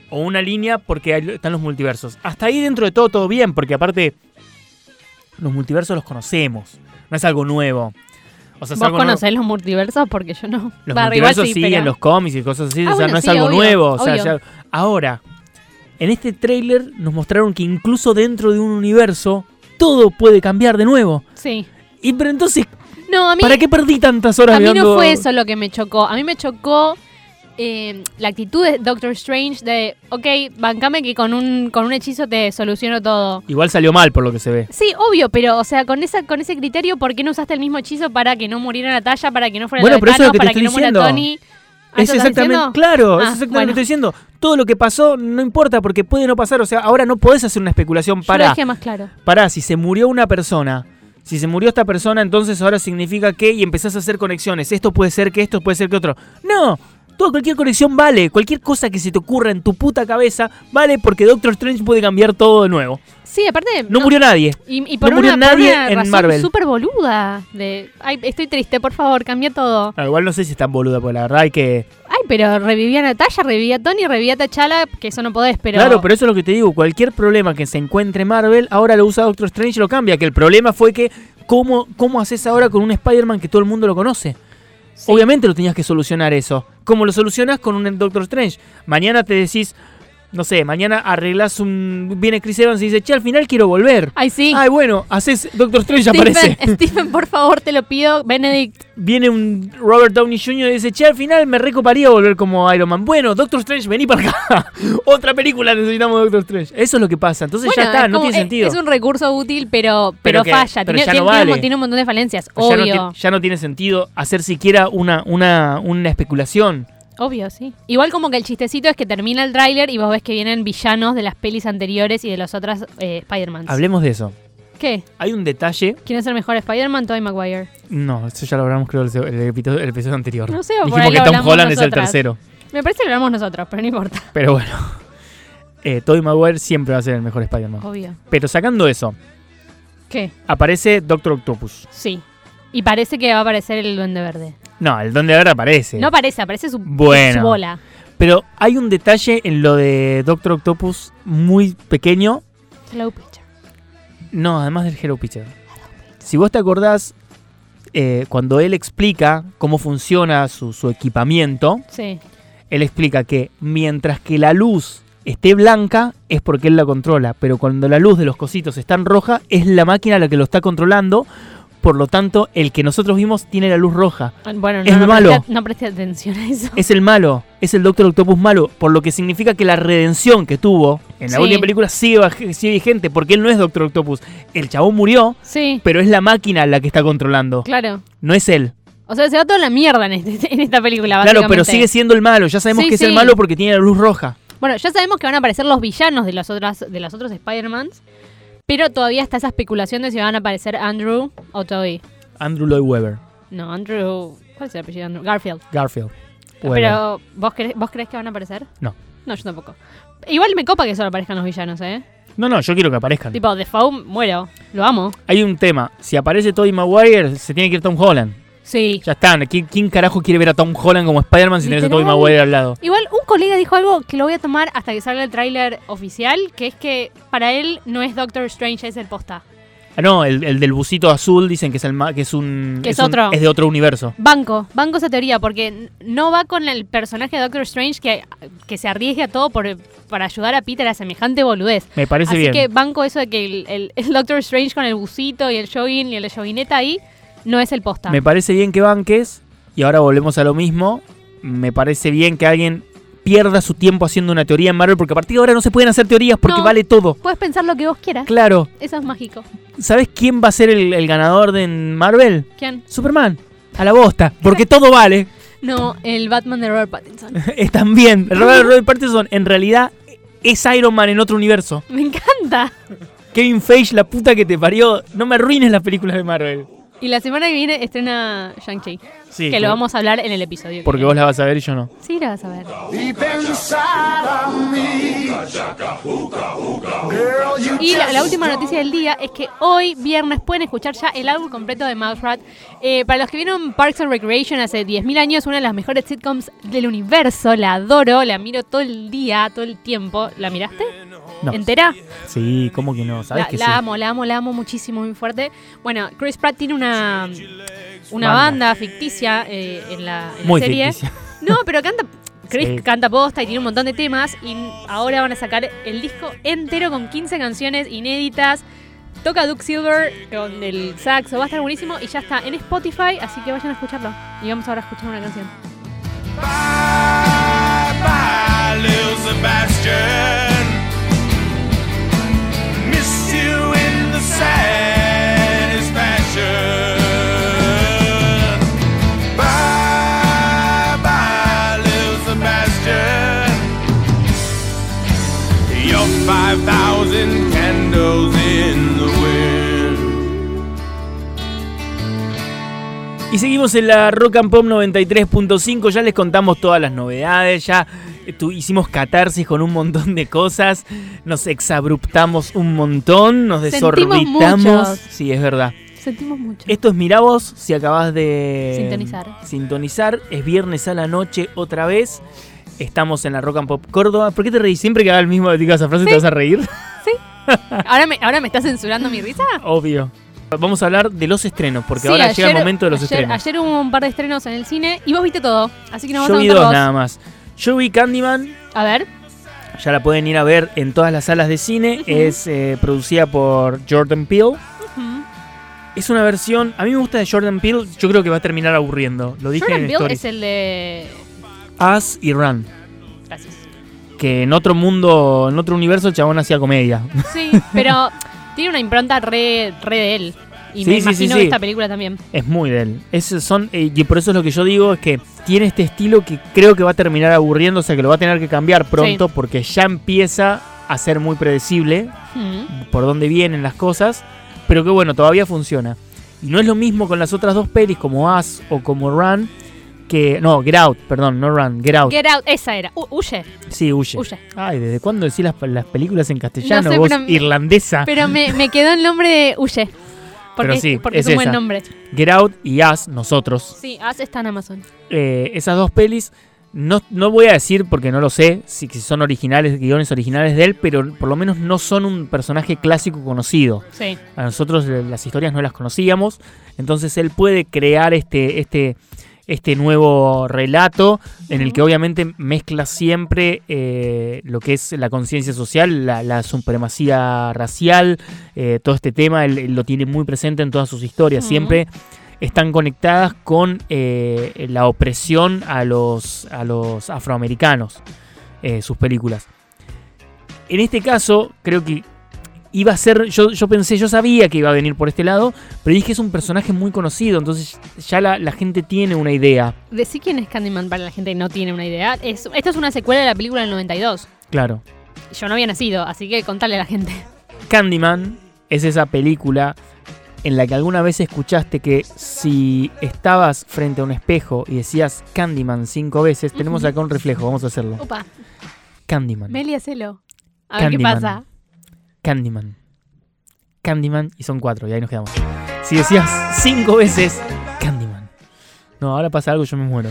A: o una línea porque ahí están los multiversos. Hasta ahí dentro de todo, todo bien, porque aparte, los multiversos los conocemos. No es algo nuevo. O sea, es
B: ¿Vos
A: algo nuevo.
B: conocés los multiversos? Porque yo no.
A: Los
B: Va, igual
A: multiversos sí,
B: pero-
A: en los cómics y cosas así,
B: Ah,
A: o sea,
B: bueno,
A: no es
B: sí,
A: algo
B: obvio,
A: nuevo. o sea,
B: obvio.
A: ya- Ahora, en este tráiler nos mostraron que incluso dentro de un universo todo puede cambiar de nuevo.
B: Sí.
A: Y pero entonces,
B: No, a mí,
A: ¿para qué perdí tantas horas
B: a mí
A: mirando-
B: no fue eso lo que me chocó. A mí me chocó eh, la actitud de Doctor Strange de, ok, bancame que con un, con un hechizo te soluciono todo.
A: Igual salió mal por lo que se ve.
B: Sí, obvio, pero, o sea, con esa, con ese criterio, ¿por qué no usaste el mismo hechizo para que no muriera Natalia, para que no fuera
A: Bueno,
B: la de
A: pero eso es lo
B: Thanos,
A: que te
B: para
A: estoy
B: que no muera
A: diciendo.
B: Tony? Ah,
A: Es
B: ¿eso estás
A: exactamente,
B: diciendo?
A: claro, es
B: Ah,
A: exactamente
B: bueno.
A: lo que estoy diciendo. Todo lo que pasó no importa porque puede no pasar, o sea, ahora no podés hacer una especulación
B: Yo lo
A: para
B: dije más claro.
A: pará, si se murió una persona, si se murió esta persona, entonces ahora significa que y empezás a hacer conexiones. Esto puede ser que esto puede ser que otro. No, toda cualquier conexión vale, cualquier cosa que se te ocurra en tu puta cabeza vale porque Doctor Strange puede cambiar todo de nuevo.
B: Sí, aparte.
A: No, murió nadie.
B: Y, y por
A: no murió
B: una, por
A: nadie
B: una
A: en
B: razón
A: Marvel.
B: súper boluda. De, ay, estoy triste, por favor, cambia todo.
A: Ah, igual no sé si es tan boluda, porque la verdad hay que.
B: Ay, pero revivía a Natalia, revivía a Tony, revivía a T'Challa, que eso no podés, pero.
A: Claro, pero eso es lo que te digo. Cualquier problema que se encuentre Marvel, ahora lo usa Doctor Strange y lo cambia. Que el problema fue que. ¿Cómo, cómo haces ahora con un Spider-Man que todo el mundo lo conoce?
B: Sí.
A: Obviamente lo tenías que solucionar eso. Como lo solucionas con un Doctor Strange. Mañana te decís, no sé, mañana arreglás un. Viene Chris Evans y dice, che, al final quiero volver.
B: Ay, sí.
A: Ay, bueno, haces Doctor Strange Ah, aparece.
B: Stephen, (laughs) Stephen, por favor, te lo pido. Benedict,
A: Viene un Robert Downey Jr. y dice, che, al final me recoparía volver como Iron Man. Bueno, Doctor Strange, vení para acá. (laughs) Otra película necesitamos de Doctor Strange. Eso es lo que pasa. Entonces ya
B: Bueno,
A: está,
B: es
A: no
B: como-
A: tiene
B: es-
A: sentido.
B: Es un recurso útil, pero,
A: Pero
B: pero,
A: que-
B: falla.
A: pero ya no
B: tiene, tiene- tiene un
A: vale.
B: mon- tiene un montón de falencias.
A: ya, no
B: Obvio.
A: ti- ya no tiene sentido hacer siquiera una, una, una especulación.
B: Obvio, sí. Igual como que el chistecito es que termina el tráiler y vos ves que vienen villanos de las pelis anteriores y de las otras eh, Spider-Man.
A: Hablemos de eso.
B: ¿Qué?
A: Hay un detalle
B: ¿Quién es el mejor Spider-Man? Tobey Maguire.
A: No, eso ya lo hablamos creo el, el episodio, el episodio anterior.
B: No sé, o por
A: Dijimos
B: ahí
A: que
B: lo
A: Tom
B: hablamos
A: Holland es el
B: nosotras.
A: tercero.
B: Me parece que lo hablamos nosotros, pero no importa.
A: Pero bueno. (laughs) Eh, Tobey Maguire siempre va a ser el mejor Spider-Man.
B: (laughs) Obvio.
A: Pero sacando eso,
B: ¿Qué?
A: aparece Doctor Octopus.
B: Sí. Y parece que va a aparecer el Duende Verde.
A: No, el Duende Verde aparece.
B: No aparece, aparece su,
A: Bueno.
B: su bola.
A: Pero hay un detalle en lo de Doctor Octopus muy pequeño.
B: Hello, picture.
A: No, además del Hello Peter. Si vos te acordás, eh, cuando él explica cómo funciona su, su equipamiento,
B: Sí.
A: Él explica que mientras que la luz esté blanca es porque él la controla, pero cuando la luz de los cositos está en roja es la máquina la que lo está controlando, por lo tanto el que nosotros vimos tiene la luz roja.
B: Ah, Bueno, no,
A: Es
B: no
A: malo.
B: Presté, no presté atención a eso.
A: Es el malo, es el Doctor Octopus malo, por lo que significa que la redención que tuvo en la
B: Sí.
A: última película sigue, baj- sigue vigente, porque él no es Doctor Octopus. El chabón murió,
B: (laughs) Sí,
A: pero es la máquina la que está controlando,
B: claro.
A: no es él.
B: O sea, se va toda la mierda en, este- en esta película,
A: Claro,
B: básicamente.
A: pero sigue siendo el malo, ya sabemos
B: Sí,
A: que es el
B: sí.
A: malo porque tiene la luz roja.
B: Bueno, ya sabemos que van a aparecer los villanos de los, otras, de los otros Spider-Mans, pero todavía está esa especulación de si van a aparecer Andrew o Toby.
A: Andrew Lloyd Webber,
B: No, Andrew... ¿Cuál es el apellido de Andrew? Garfield.
A: Garfield. Bueno.
B: Pero, ¿vos, cre- ¿vos crees que van a aparecer?
A: No.
B: No, yo tampoco. Igual me copa que solo aparezcan los villanos, ¿eh?
A: No, no, yo quiero que aparezcan.
B: Tipo, The Foam, muero. Lo amo.
A: Hay un tema. Si aparece Tobey Maguire, se tiene que ir Tom Holland.
B: Sí.
A: Ya está. ¿Quién, quién carajo quiere ver a Tom Holland como Spider-Man si tenés a Tobey
B: Literal.
A: Maguire al lado?
B: Igual un colega dijo algo que lo voy a tomar hasta que salga el tráiler oficial, que es que para él no es Doctor Strange, es el posta.
A: Ah, no, el, el del bucito azul dicen que es, el ma- que es un.
B: Que es
A: un-
B: otro.
A: es de otro universo.
B: Banco, banco esa teoría, porque n- no va con el personaje de Doctor Strange que, que se arriesgue a todo por, para ayudar a Peter a semejante boludez.
A: Me parece
B: Así
A: bien.
B: que banco eso de que el, el- el Doctor Strange con el busito y el jogging y el joguineta ahí no es el posta.
A: Me parece bien que banques. Y ahora volvemos a lo mismo. Me parece bien que alguien pierda su tiempo haciendo una teoría en Marvel, porque a partir de ahora no se pueden hacer teorías porque
B: No.
A: vale todo.
B: Puedes pensar lo que vos quieras.
A: Claro.
B: Eso es mágico.
A: ¿Sabes quién va a ser el, el ganador de en Marvel?
B: ¿Quién?
A: Superman. A la bosta.
B: (laughs)
A: Porque todo vale.
B: No, el Batman de Robert Pattinson.
A: (laughs) Es también. Robert, Robert Pattinson, en realidad, es Iron Man en otro universo.
B: Me encanta.
A: Kevin Feige, la puta que te parió. No me arruines las películas de Marvel.
B: Y la semana que viene estrena Shang-Chi,
A: Sí.
B: que lo vamos a hablar en el episodio. que
A: Porque
B: viene.
A: vos la vas a ver y yo no.
B: Sí, la vas a ver.
C: Deep inside of me. Girl, you
B: Y la,
C: just
B: la última noticia del día es que hoy, viernes, pueden escuchar ya el álbum completo de Mouse Rat. Eh, para los que vieron Parks and Recreation hace 10.000 años, una de las mejores sitcoms del universo, la adoro, la miro todo el día, todo el tiempo. ¿La miraste?
A: No.
B: ¿Entera?
A: Sí, ¿cómo que no? ¿Sabes
B: La,
A: que
B: la
A: sí?
B: amo, la amo, la amo muchísimo, muy fuerte. Bueno, Chris Pratt tiene una, una
A: Banda.
B: banda. ficticia eh, en la, en la
A: Muy
B: serie.
A: ficticia.
B: (laughs) No, pero canta. Chris
A: Sí.
B: canta posta y tiene un montón de temas. Y ahora van a sacar el disco entero con 15 canciones inéditas. Toca Duke Silver con el saxo. Va a estar buenísimo. Y ya está en Spotify. Así que vayan a escucharlo. Y vamos ahora a escuchar una canción.
D: Bye bye, little Sebastian. Miss you in the satisfaction. Bye bye, little Sebastian. Your 5,000 candles in the wind.
A: Y seguimos en la Rock and Pop 93.5. Ya les contamos todas las novedades. Ya eh, tu- hicimos catarsis con un montón de cosas. Nos exabruptamos un montón. Nos
B: Sentimos
A: desorbitamos.
B: muchos.
A: Sí, es verdad.
B: Sentimos mucho.
A: Esto es Mirá vos, si acabas de
B: Sintonizar.
A: sintonizar. Es viernes a la noche otra vez. Estamos en la Rock and Pop Córdoba. ¿Por qué te reís? Siempre que haga el mismo de esa frase te vas a
B: (laughs)
A: reír.
B: ¿Ahora me, ¿Ahora me está censurando mi risa?
A: Obvio. Vamos a hablar de los estrenos, porque
B: Sí,
A: ahora llega el
B: ayer-
A: momento de los
B: ayer-
A: estrenos.
B: Ayer hubo un par de estrenos en el cine y vos viste todo. Así que nos vas
A: Yo
B: a
A: vi
B: contar
A: dos
B: vos.
A: nada más. Yo vi Candyman,
B: A ver.
A: ya la pueden ir a ver en todas las salas de cine. Es eh, producida por Jordan Peele.
B: Ujú.
A: Es una versión. A mí me gusta de Jordan Peele. Yo creo que va a terminar aburriendo. Lo dije
B: Jordan
A: en
B: Peele
A: Stories.
B: es el de.
A: Us y Run. (laughs)
B: Gracias.
A: Que en otro mundo, en otro universo, el chabón hacía comedia. (laughs)
B: Sí, pero tiene una impronta re, re de él. Y
A: Sí,
B: me
A: sí, sí,
B: imagino
A: sí.
B: que esta película también.
A: es muy de él. Es- son, eh, y por eso es lo que yo digo: es que tiene este estilo que creo que va a terminar aburriendo. O sea, que lo va a tener que cambiar pronto porque ya empieza a ser muy predecible.
B: Mm.
A: por dónde vienen las cosas, pero que bueno, todavía funciona. Y no es lo mismo con las otras dos pelis como Us o como Run, que... No, Get Out, perdón, no Run, Get Out.
B: Get out, esa era. Hu- huye,
A: sí, huye.
B: huye.
A: Ay, ¿desde cuándo decís las, las películas en castellano
B: No sé,
A: vos,
B: pero-
A: irlandesa?
B: Pero me, me quedó el nombre de Huye.
A: Ah.
B: Porque,
A: Pero sí,
B: porque
A: es
B: es, un buen
A: esa.
B: nombre.
A: Get Out y Us, nosotros.
B: Sí, As está en Amazon.
A: Eh, esas dos pelis, no, no voy a decir porque no lo sé, si, si son originales, guiones originales de él, pero por lo menos no son un personaje clásico conocido.
B: Sí.
A: A nosotros eh, las historias no las conocíamos, entonces él puede crear este, este, este nuevo relato en el que obviamente mezcla siempre eh, lo que es la conciencia social, la, la supremacía racial, eh, todo este tema, él, él lo tiene muy presente en todas sus historias,
B: Ujú.
A: siempre están conectadas con eh, la opresión a los, a los afroamericanos, eh, sus películas. En este caso, creo que iba a ser, yo, yo pensé, yo sabía que iba a venir por este lado, pero dije es un personaje muy conocido, entonces ya la, la gente tiene una idea.
B: Decí quién es Candyman para la gente que no tiene una idea. Es, esta es una secuela de la película del 92.
A: Claro.
B: Yo no había nacido, así que contale a la gente.
A: Candyman es esa película en la que alguna vez escuchaste que si estabas frente a un espejo y decías Candyman cinco veces, tenemos
B: Ujú. Oh.
A: acá un reflejo, vamos a hacerlo.
B: Opa,
A: Candyman.
B: Meli, hacelo. A ver qué
A: Candyman.
B: pasa.
A: Candyman. Candyman y son cuatro, y ahí nos quedamos. Si decías cinco veces Candyman. No, ahora pasa algo, yo me muero.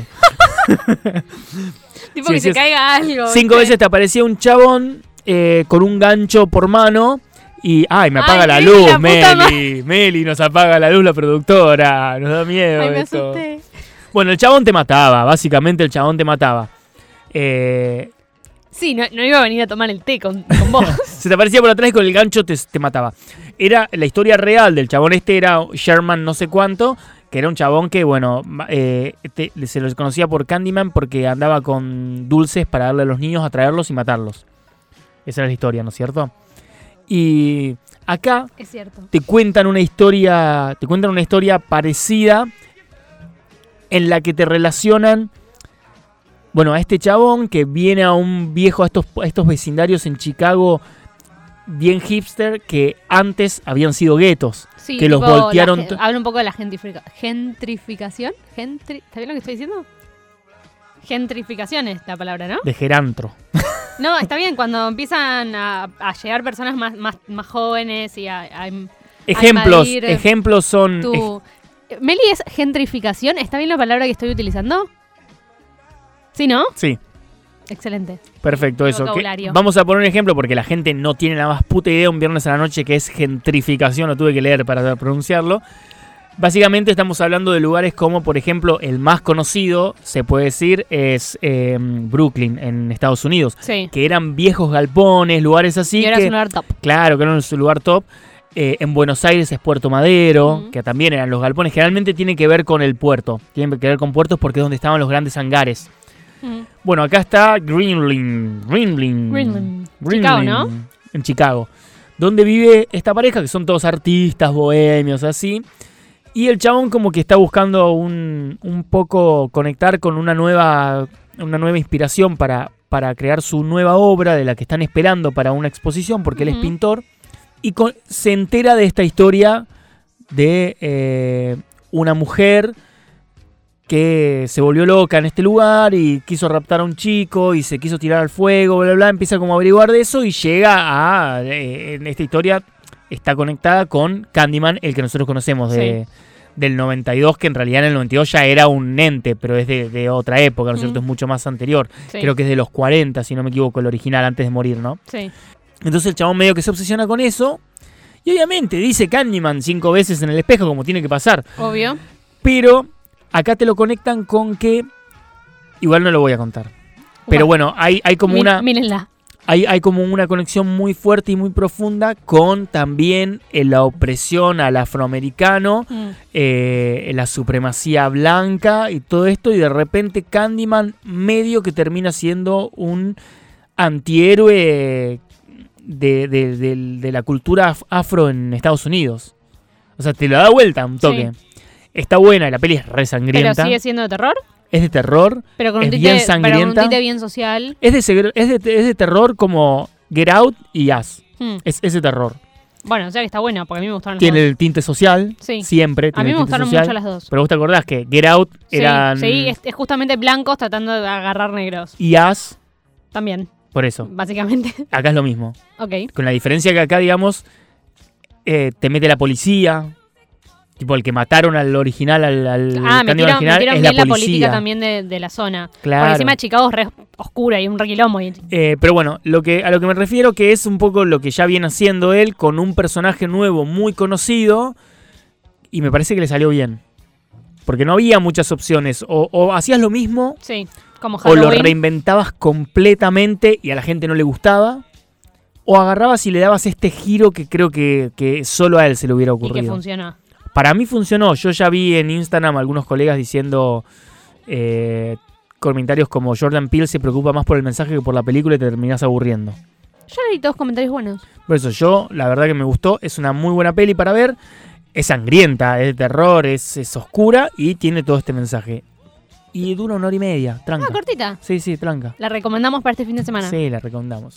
B: Tipo
A: Sí, sí,
B: que se
A: es-
B: caiga algo.
A: Cinco
B: ¿viste?
A: veces te aparecía un chabón eh, con un gancho por mano y. ¡Ay, me apaga
B: Ay,
A: la
B: Meli,
A: luz,
B: la puta
A: Meli! Meli, nos apaga la luz la productora, nos da miedo
B: Ay, me
A: esto.
B: asusté.
A: Bueno, el chabón te mataba, básicamente el chabón te mataba. Eh,
B: Sí, no, no iba a venir a tomar el té con,
A: (laughs)
B: con vos.
A: se te aparecía por atrás y con el gancho te, te mataba. Era la historia real del chabón este, era Sherman no sé cuánto, que era un chabón que, bueno, ma- eh, te- se lo conocía por Candyman porque andaba con dulces para darle a los niños, atraerlos y matarlos. Esa era la historia, ¿no es cierto? Y acá
B: es cierto.
A: te cuentan una historia, te cuentan una historia parecida en la que te relacionan, bueno, a este chabón que viene a un viejo, a estos, a estos vecindarios en Chicago bien hipster que antes habían sido guetos.
B: Sí,
A: Que los
B: tipo, la
A: voltearon
B: gen-
A: to-
B: Habla un poco de la gentrifica- gentrificación. Gentri ¿Está bien lo que estoy diciendo? Gentrificación es la palabra, ¿no?
A: De Gerantro.
B: No, está bien, cuando empiezan a, a llegar personas más, más, más jóvenes y a, a-
A: Mm, Ejemplos,
B: invadir
A: ejemplos son... ej-
B: tu... Meli, ¿es gentrificación? ¿Está bien la palabra que estoy utilizando? ¿Sí, no?
A: sí,
B: Excelente.
A: perfecto, eso. que-
B: Vocabulario.
A: vamos a poner un ejemplo porque la gente no tiene la más puta idea un viernes a la noche que es gentrificación, lo tuve que leer para pronunciarlo. Básicamente estamos hablando de lugares como, por ejemplo, el más conocido, se puede decir, es eh, Brooklyn, en Estados Unidos.
B: Sí.
A: Que eran viejos galpones, lugares así.
B: Y ahora
A: que,
B: es un lugar top.
A: Claro, que no es un lugar top. Eh, en Buenos Aires es Puerto Madero,
B: Ujú.
A: que también eran los galpones. Generalmente tiene que ver con el puerto. Tiene que ver con puertos porque es donde estaban los grandes hangares.
B: Mm.
A: Bueno, acá está Greenling. Greenling.
B: Greenling.
A: Greenling,
B: Chicago, ¿no?
A: En Chicago. Donde vive esta pareja, que son todos artistas, bohemios, así. Y el chabón como que está buscando un, un poco conectar con una nueva, una nueva inspiración para, para crear su nueva obra de la que están esperando para una exposición, porque él es
B: Ujú.
A: pintor. Y con- se entera de esta historia de eh, una mujer que se volvió loca en este lugar y quiso raptar a un chico y se quiso tirar al fuego, bla, bla, bla. Empieza como a averiguar de eso y llega a... eh, en esta historia está conectada con Candyman, el que nosotros conocemos de, del 92, que en realidad en el 92 ya era un ente, pero es de, de otra época, ¿no es
B: Mm.
A: cierto? Es mucho más anterior.
B: Sí.
A: Creo que es de los 40, si no me equivoco, el original, antes de morir, ¿no?
B: Sí.
A: Entonces el chabón medio que se obsesiona con eso. Y obviamente dice Candyman cinco veces en el espejo, como tiene que pasar.
B: Obvio.
A: Pero acá te lo conectan con que. Igual no lo voy a contar. Pero bueno, hay, hay como
B: Mi-
A: una.
B: Mírenla.
A: Hay, hay como una conexión muy fuerte y muy profunda con también eh, la opresión al afroamericano,
B: Mm.
A: eh, la supremacía blanca y todo esto. Y de repente Candyman medio que termina siendo un antihéroe de, de- del- de la cultura af- afro en Estados Unidos. O sea, te lo da vuelta un toque. Está buena, la peli es re
B: Pero
A: sangrienta.
B: sigue siendo de terror,
A: Es de terror.
B: pero con un
A: Es
B: tinte,
A: bien
B: pero con un
A: sangrienta.
B: tinte bien social.
A: Es de, segre- es de- es de terror como Get Out y Us.
B: Mm.
A: Es ese terror.
B: Bueno, o sea que está bueno, porque a mí me gustaron las
A: Eh. Tiene
B: dos.
A: el tinte social.
B: Sí.
A: Siempre.
B: A
A: tiene
B: mí
A: el
B: me
A: tinte
B: gustaron
A: social.
B: mucho las dos.
A: Pero vos te acordás que Get Out
B: Sí,
A: eran.
B: sí, es, es justamente blancos tratando de agarrar negros.
A: Y Us,
B: También,
A: por eso.
B: básicamente. (laughs)
A: Acá es lo mismo.
B: ok.
A: Con la diferencia que acá, digamos, eh, te mete la policía. Tipo, el que mataron al original, al, al
B: Ah,
A: caníbal
B: metieron,
A: original,
B: metieron
A: es
B: bien la,
A: la policía.
B: política también de, de la zona.
A: Claro.
B: Porque encima Chicago es re oscura y un requilombo. Y,
A: Eh, pero bueno, lo que, a lo que me refiero que es un poco lo que ya viene haciendo él con un personaje nuevo muy conocido y me parece que le salió bien. Porque no había muchas opciones. O, o hacías lo mismo
B: sí, como
A: o lo
B: Halloween.
A: reinventabas completamente y a la gente no le gustaba. O agarrabas y le dabas este giro que creo que, que solo a él se le hubiera
B: y que
A: ocurrido.
B: funcionó.
A: Para mí funcionó. Yo ya vi en Instagram algunos colegas diciendo eh, comentarios como Jordan Peele se preocupa más por el mensaje que por la película y te terminás aburriendo.
B: Yo leí todos comentarios buenos.
A: Por eso yo, la verdad que me gustó. Es una muy buena peli para ver. Es sangrienta, es de terror, es, es oscura y tiene todo este mensaje. Y dura una hora y media,
B: Ah,
A: tranca.
B: cortita.
A: Sí, sí, tranca.
B: La recomendamos para este fin de semana.
A: Sí, la recomendamos.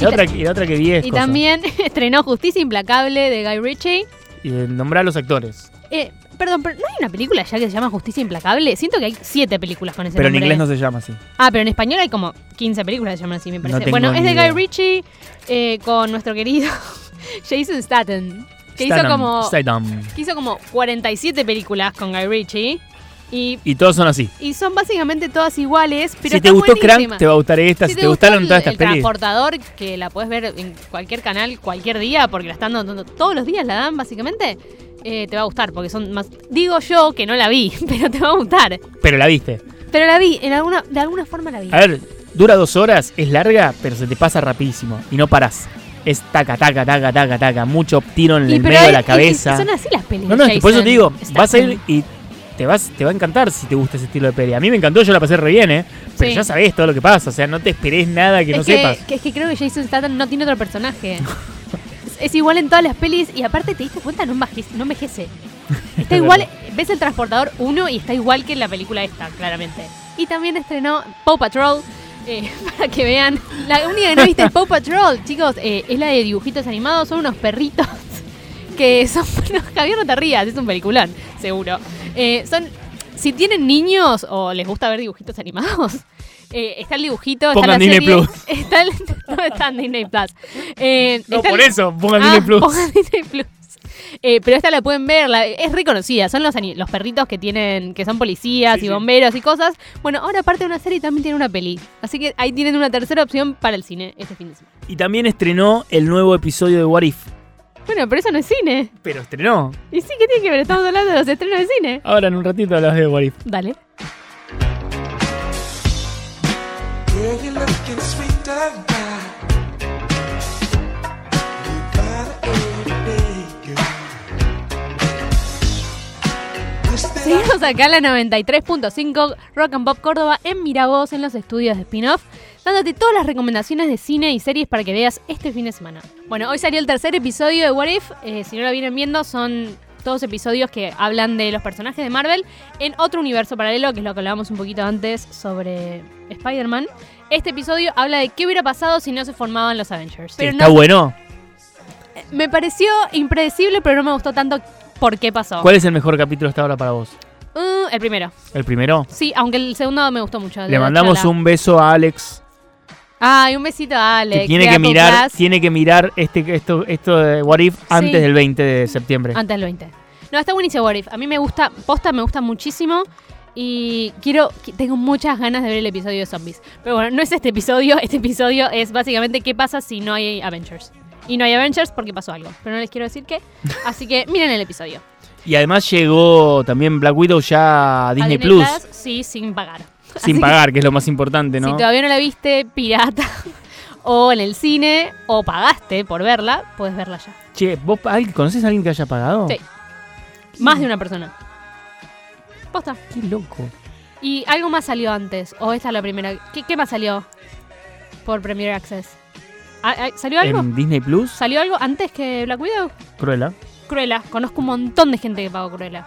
A: La otra, y la otra que vi es.
B: Y
A: cosa.
B: también (laughs) estrenó Justicia Implacable de Guy Ritchie.
A: Y eh, nombrá a los actores.
B: Eh, perdón, pero ¿no hay una película ya que se llama Justicia Implacable? Siento que hay siete películas con ese
A: Pero en
B: nombre.
A: inglés no se llama así.
B: Ah, pero en español hay como 15 películas que se llaman así, me
A: No
B: parece.
A: tengo
B: bueno, es
A: ni
B: de
A: idea.
B: Guy Ritchie eh, con nuestro querido (laughs) Jason Statham. Que hizo
A: Statham,
B: como.
A: Statham.
B: que hizo como 47 películas con Guy Ritchie. Y,
A: Y todos son así.
B: y son básicamente todas iguales, pero
A: si te
B: están
A: gustó
B: buenísimas.
A: Crank, te va a gustar esta. Si, te,
B: gustó
A: gustaron
B: el-
A: todas estas
B: el
A: pelis.
B: transportador, que la puedes ver en cualquier canal, cualquier día, porque la están dando todos los días, la dan básicamente, eh, te va a gustar, porque son más... Digo yo que no la vi, (laughs) pero te va a gustar.
A: Pero la viste.
B: Pero la vi, en alguna, de alguna forma la vi.
A: A ver, dura dos horas, es larga, pero se te pasa rapidísimo. Y no parás. Es taca, taca, taca, taca, taca. Mucho tiro en
B: Y
A: el
B: pero
A: medio
B: hay-
A: de la
B: y- y
A: cabeza.
B: son así las pelis.
A: No,
B: de
A: no, es que por eso
B: Jason
A: te digo,
B: Statham.
A: vas a ir y te vas, te va a encantar si te gusta ese estilo de peli. A mí me encantó, yo la pasé re bien, ¿eh? Pero
B: Sí.
A: ya sabés todo lo que pasa, o sea, no te esperés nada que
B: es
A: no
B: que, (laughs)
A: sepas.
B: que- es que creo que Jason Statham no tiene otro personaje. es, es igual en todas las pelis y aparte te diste cuenta, no envejece.
A: (laughs)
B: No envejece. Está
A: Es
B: igual,
A: verdad.
B: ves el Transportador 1 y está igual que en la película esta, claramente. Y también estrenó Paw Patrol. eh, (laughs) para que vean, la única que no viste es Paw Patrol, chicos, eh, es la de dibujitos animados, son unos perritos (laughs) que son... (laughs) No, Javier, no te rías, es un peliculón, seguro. Eh, son... Si tienen niños o les gusta ver dibujitos animados, (laughs) eh, está el dibujito,
A: Pongan
B: está la
A: Disney
B: serie,
A: Plus.
B: Está el- no está en (laughs) Disney Plus. Eh,
A: No,
B: está el-
A: por eso, pongan
B: Ah,
A: Disney Plus.
B: pongan Disney Plus. Eh, pero esta la pueden ver, la- es reconocida, son los, ani- los perritos que tienen, que son policías
A: Sí,
B: y
A: sí.
B: bomberos y cosas. Bueno, ahora aparte de una serie también tiene una peli. Así que ahí tienen una tercera opción para el cine este fin de semana.
A: Y también estrenó el nuevo episodio de What If.
B: Bueno, pero eso no es cine.
A: Pero estrenó.
B: Y sí que tiene que ver, estamos hablando de los estrenos de cine.
A: Ahora en un ratito hablas de What If.
B: Dale.
E: Yeah, you're looking sweet tonight. You gotta admit, girl. Wish that I
B: Seguimos acá en la 93.5 Rock and Pop Córdoba en Miravoz, en los estudios de spin-off, dándote todas las recomendaciones de cine y series para que veas este fin de semana. Bueno, hoy salió el tercer episodio de What If. eh, si no lo vienen viendo, son todos episodios que hablan de los personajes de Marvel en otro universo paralelo, que es lo que hablábamos un poquito antes sobre Spider-Man. Este episodio habla de qué hubiera pasado si no se formaban los Avengers. Pero
A: Está
B: no-
A: bueno.
B: me pareció impredecible, pero no me gustó tanto por qué pasó.
A: ¿Cuál es el mejor capítulo hasta ahora para vos?
B: Uh, el primero.
A: ¿El primero?
B: Sí, aunque el segundo me gustó mucho.
A: Le mandamos un beso a Alex,
B: Ay, un besito a Ale.
A: que tiene que mirar, tiene que mirar este, esto, esto de What If antes del 20 de septiembre.
B: Antes del 20. No, está buenísimo What If. A mí me gusta, posta me gusta muchísimo. Y quiero, que- tengo muchas ganas de ver el episodio de zombies. Pero bueno, no es este episodio. (laughs) Este episodio es básicamente qué pasa si no hay Avengers. Y no hay Avengers porque pasó algo. Pero no les quiero decir
A: (laughs)
B: qué. Así que miren el episodio.
A: Y además llegó también Black Widow ya a Disney,
B: Disney
A: Plus,
B: Plus, sí, sin pagar. Así
A: sin
B: que-
A: pagar, que es lo más importante, ¿no?
B: Si todavía no la viste, pirata. (laughs) o en el cine. O pagaste por verla. Puedes verla ya.
A: Che, ¿vos ay, conoces a alguien que haya pagado?
B: Sí. Más de una persona. Posta.
A: Qué loco.
B: Y algo más salió antes. O esta es la primera. ¿Qué, qué más salió por Premier Access? Ah, ah, ¿Salió algo?
A: ¿En Disney Plus?
B: ¿Salió algo antes que Black Widow?
A: Cruella.
B: Cruella. Conozco un montón de gente que pagó Cruella.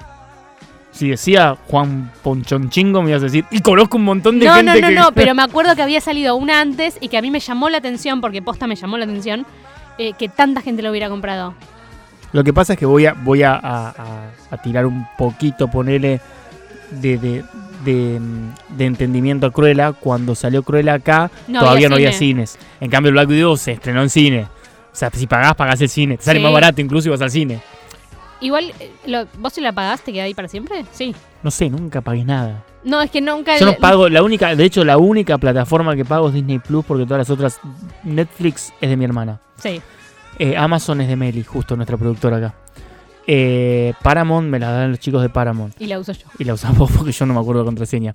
A: Si decía Juan Ponchonchingo, me ibas a decir. Y conozco un montón de
B: No, no,
A: gente
B: no,
A: que- (laughs)
B: no. Pero me acuerdo que había salido una antes y que a mí me llamó la atención, porque posta me llamó la atención, eh, que tanta gente lo hubiera comprado.
A: Lo que pasa es que voy a, voy a, a- a- a tirar un poquito, ponele de, de, de, mm, de entendimiento a Cruella. Cuando salió Cruella acá,
B: No
A: todavía
B: había
A: no había
B: cine.
A: cines. En cambio, Black Widow se estrenó en cine. O sea, si pagás, pagás el cine. Te sale
B: Sí.
A: más barato incluso y vas al cine.
B: Igual, eh, lo- ¿vos se la pagaste que ahí para siempre? Sí.
A: No sé, nunca pagué nada.
B: No, es que nunca.
A: Yo no pago, la única, de hecho, la única plataforma que pago es Disney Plus porque todas las otras. Netflix es de mi hermana.
B: Sí.
A: Eh, Amazon es de Meli, justo nuestra productora acá. Eh, Paramount me la dan los chicos de Paramount.
B: Y la uso yo.
A: Y la usamos (laughs) porque yo no me acuerdo la contraseña.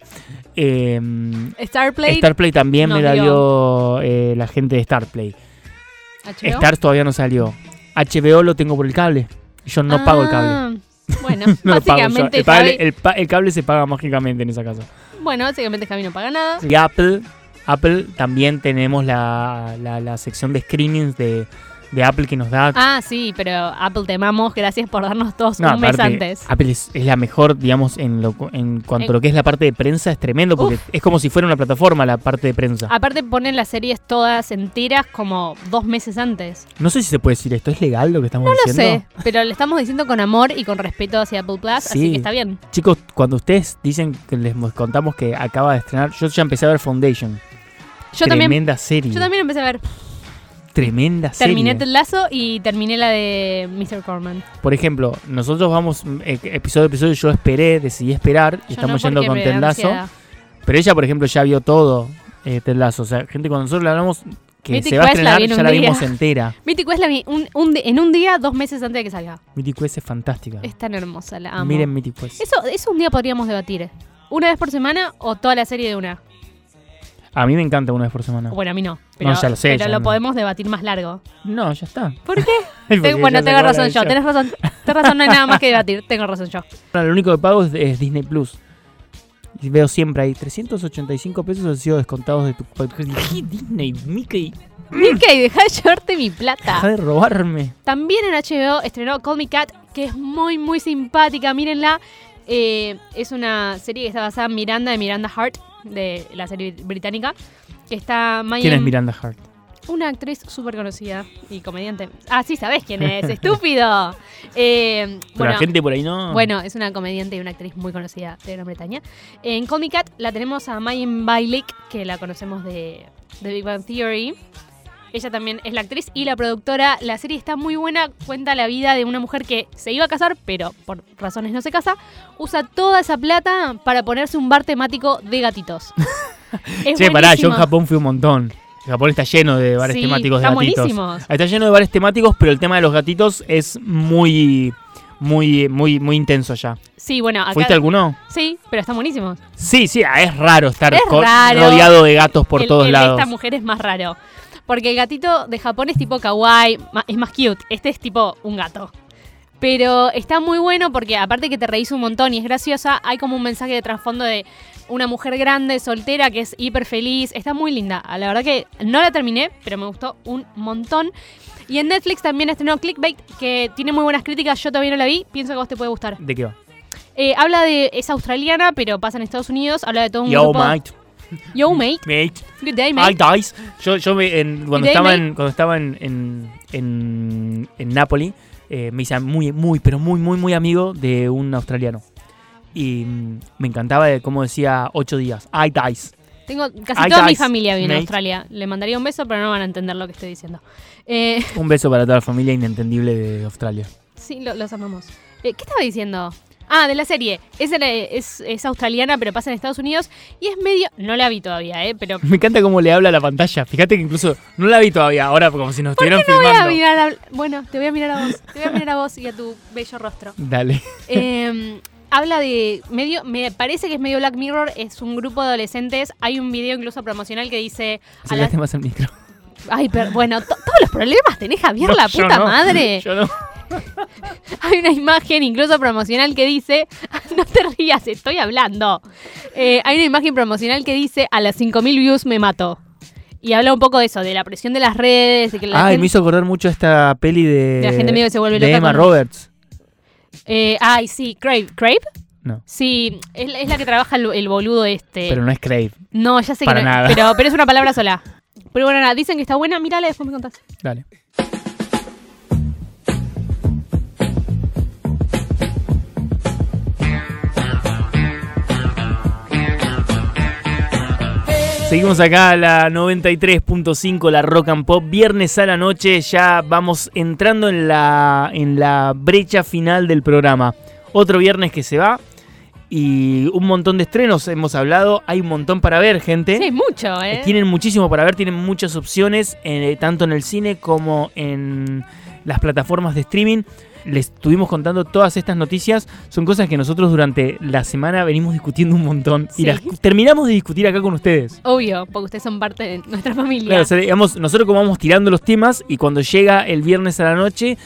A: Eh,
B: Starplay.
A: Starplay también me
B: nos
A: la
B: dio.
A: dio eh, la gente de Starplay.
B: HBO.
A: Stars todavía no salió. HBO lo tengo por el cable. Yo no pago el cable.
B: Ah, Bueno,
A: (laughs) No lo pago yo.
B: básicamente
A: El, cable-
B: Javi-
A: el pa- el cable se paga mágicamente en esa casa.
B: bueno, básicamente Javi no paga nada.
A: Y Apple, Apple también tenemos la, la- la sección de screenings de, de Apple que nos da.
B: Ah, sí, pero Apple te amamos, gracias por darnos todos
A: No,
B: un mes
A: aparte, ah,
B: antes.
A: Apple es, es la mejor, digamos, en, lo, en cuanto a lo que es la parte de prensa, es tremendo porque es como si fuera una plataforma la parte de prensa.
B: Aparte ponen las series todas enteras como dos meses antes.
A: No sé si se puede decir esto, ¿es legal lo que estamos
B: No
A: diciendo?
B: sé, pero le estamos diciendo con amor y con respeto hacia Apple Plus,
A: Sí.
B: así que está bien.
A: Chicos, cuando ustedes dicen que les mos- contamos que acaba de estrenar, yo ya empecé a ver Foundation.
B: Yo también,
A: tremenda serie.
B: yo también empecé a ver.
A: Tremenda
B: Terminé
A: serie.
B: el lazo y terminé la de Mr. Corman.
A: Por ejemplo, nosotros vamos mm, eh, episodio a episodio, yo esperé, decidí esperar y
B: Yo
A: estamos
B: no,
A: yendo
B: porque
A: con
B: me da
A: Tendazo.
B: ansiedad.
A: Pero ella, por ejemplo, ya vio todo eh, Ted Lasso. O sea, gente, cuando nosotros le hablamos que
B: Mythic
A: se va a
B: Quest la
A: estrenar,
B: vi en
A: ya
B: un
A: la
B: día.
A: vimos entera.
B: Mythic Quest la vi un- un di- en un día, dos meses antes de que salga.
A: Mythic Quest es fantástica.
B: Es tan hermosa, la amo.
A: Ah. Miren Mythic Quest.
B: Eso, eso un día podríamos debatir. ¿Una vez por semana o toda la serie de una?
A: A mí me encanta una vez por semana.
B: Bueno, a mí no. Pero,
A: ya lo sé,
B: Pero
A: ya
B: lo
A: no.
B: podemos debatir más largo.
A: No, ya está.
B: ¿Por
A: (laughs)
B: qué?
A: Porque
B: Te-
A: ya
B: bueno,
A: se
B: tengo
A: acabó la
B: razón yo.
A: edición.
B: Tenés razón. Tenés razón, no hay nada más que debatir. Tengo razón
A: (laughs)
B: yo.
A: Lo único que pago es, es Disney Plus. Y veo siempre ahí 385 pesos han sido descontados de tu ¿Qué Disney, Mickey?
B: Mickey, dejá de llevarte mi plata.
A: Deja de robarme.
B: También en HBO estrenó Call Me Cat, que es muy, muy simpática. Mírenla. Eh, es una serie que está basada en Miranda, de Miranda Hart, de la serie británica. Que está Mayhem-
A: ¿Quién es Miranda Hart?
B: Una actriz súper conocida y comediante. Ah, sí, sabés
A: (laughs)
B: quién es, estúpido. Eh,
A: Pero
B: bueno,
A: la gente por ahí no.
B: bueno, es una comediante y una actriz muy conocida de Gran Bretaña. En Comic Cat la tenemos a Mayim Bialik, que la conocemos de, de Big Bang Theory. Ella también es la actriz y la productora. La serie está muy buena, cuenta la vida de una mujer que se iba a casar, pero por razones no se casa. Usa toda esa plata para ponerse un bar temático
A: (laughs)
B: de gatitos. Es
A: Che, pará, yo en
B: buenísima.
A: Japón fui un montón. Japón está lleno de bares
B: Sí,
A: temáticos de
B: están
A: gatitos.
B: buenísimos.
A: Está lleno de bares temáticos, pero el tema de los gatitos es muy, muy, muy, muy intenso ya.
B: Sí, bueno, acá.
A: ¿Fuiste alguno?
B: Sí, pero están buenísimos.
A: Sí, sí, ah, es raro estar
B: Es
A: co-
B: raro.
A: rodeado de gatos por
B: el,
A: todos
B: el de
A: lados.
B: esta mujer es más raro. Porque el gatito de Japón es tipo kawaii, ma- es más cute. Este es tipo un gato. Pero está muy bueno porque aparte que te reís un montón y es graciosa, hay como un mensaje de trasfondo de una mujer grande, soltera, que es hiper feliz. Está muy linda. Ah, La verdad que no la terminé, pero me gustó un montón. Y en Netflix también estrenó Clickbait, que tiene muy buenas críticas. Yo todavía no la vi, pienso que a vos te puede gustar.
A: ¿De qué va?
B: Eh, habla de... es australiana, pero pasa en Estados Unidos. Habla de todo un
A: Yo,
B: grupo...
A: mate,
B: Yo, mate.
A: mate,
B: Good day, mate.
A: I dies. Yo, yo me- en- cuando,
B: Y de ahí
A: estaba
B: me-
A: en, cuando estaba en, en, en, en Nápoli, eh, me hice muy, muy, pero muy, muy, muy amigo de un australiano. Y mm, me encantaba, de cómo decía, ocho días. I dies.
B: Tengo casi
A: Ay,
B: toda mi
A: guys,
B: familia viene a
A: mate.
B: Australia. Le mandaría un beso, pero no van a entender lo que estoy diciendo. Eh, (laughs)
A: Un beso para toda la familia inentendible de Australia.
B: sí, lo- los amamos. Eh, ¿Qué estaba diciendo? Ah, de la serie. Es, de la- es, es australiana, pero pasa en Estados Unidos. Y es medio. No la vi todavía, ¿eh?
A: (laughs)
B: Pero.
A: (laughs) Me encanta cómo le habla a la pantalla. Fíjate que incluso no la vi todavía ahora, como si nos estuvieran
B: Voy a
A: filmando.
B: mirar a- bueno, te voy a mirar a vos. Te voy a mirar a vos y a tu bello rostro.
A: (laughs) Dale.
B: Eh, habla de medio, me parece que es medio Black Mirror, es un grupo de adolescentes. Hay un video incluso promocional que dice a las-
A: Acércate más al micro.
B: ay, pero bueno, to- todos los problemas tenés Javier,
A: No,
B: (laughs) la
A: yo
B: puta
A: no. (laughs)
B: madre.
A: Yo no.
B: (laughs) Hay una imagen incluso promocional que dice, (laughs) no te rías, estoy hablando. Eh, hay una imagen promocional que dice, a las 5.000 views me mato. Y habla un poco de eso, de la presión de las redes, de que la
A: Ay,
B: gente-
A: me hizo acordar mucho esta peli de.
B: De la gente medio que se vuelve
A: de
B: loca
A: Emma
B: con-
A: Roberts.
B: Eh, ay, sí, Crave. ¿Crave?
A: No.
B: Sí, es, la- es la que trabaja el, el boludo este.
A: Pero no es Crave.
B: No, ya sé
A: Para
B: que no-
A: nada.
B: Pero, pero es
A: (laughs)
B: una palabra sola. Pero bueno, nada, dicen que está buena, mírala y después me contás.
A: Dale. Seguimos acá a la 93.5, la Rock and Pop. Viernes a la noche ya vamos entrando en la, en la brecha final del programa. Otro viernes que se va y un montón de estrenos hemos hablado. Hay un montón para ver, gente.
B: Sí, es mucho, ¿eh?
A: Tienen muchísimo para ver, tienen muchas opciones, eh, tanto en el cine como en las plataformas de streaming. Les estuvimos contando todas estas noticias. Son cosas que nosotros durante la semana venimos discutiendo un montón.
B: Sí.
A: Y las terminamos de discutir acá con ustedes.
B: Obvio, porque ustedes son parte de nuestra familia.
A: Claro, o sea, digamos, nosotros como vamos tirando los temas y cuando llega el viernes a la noche,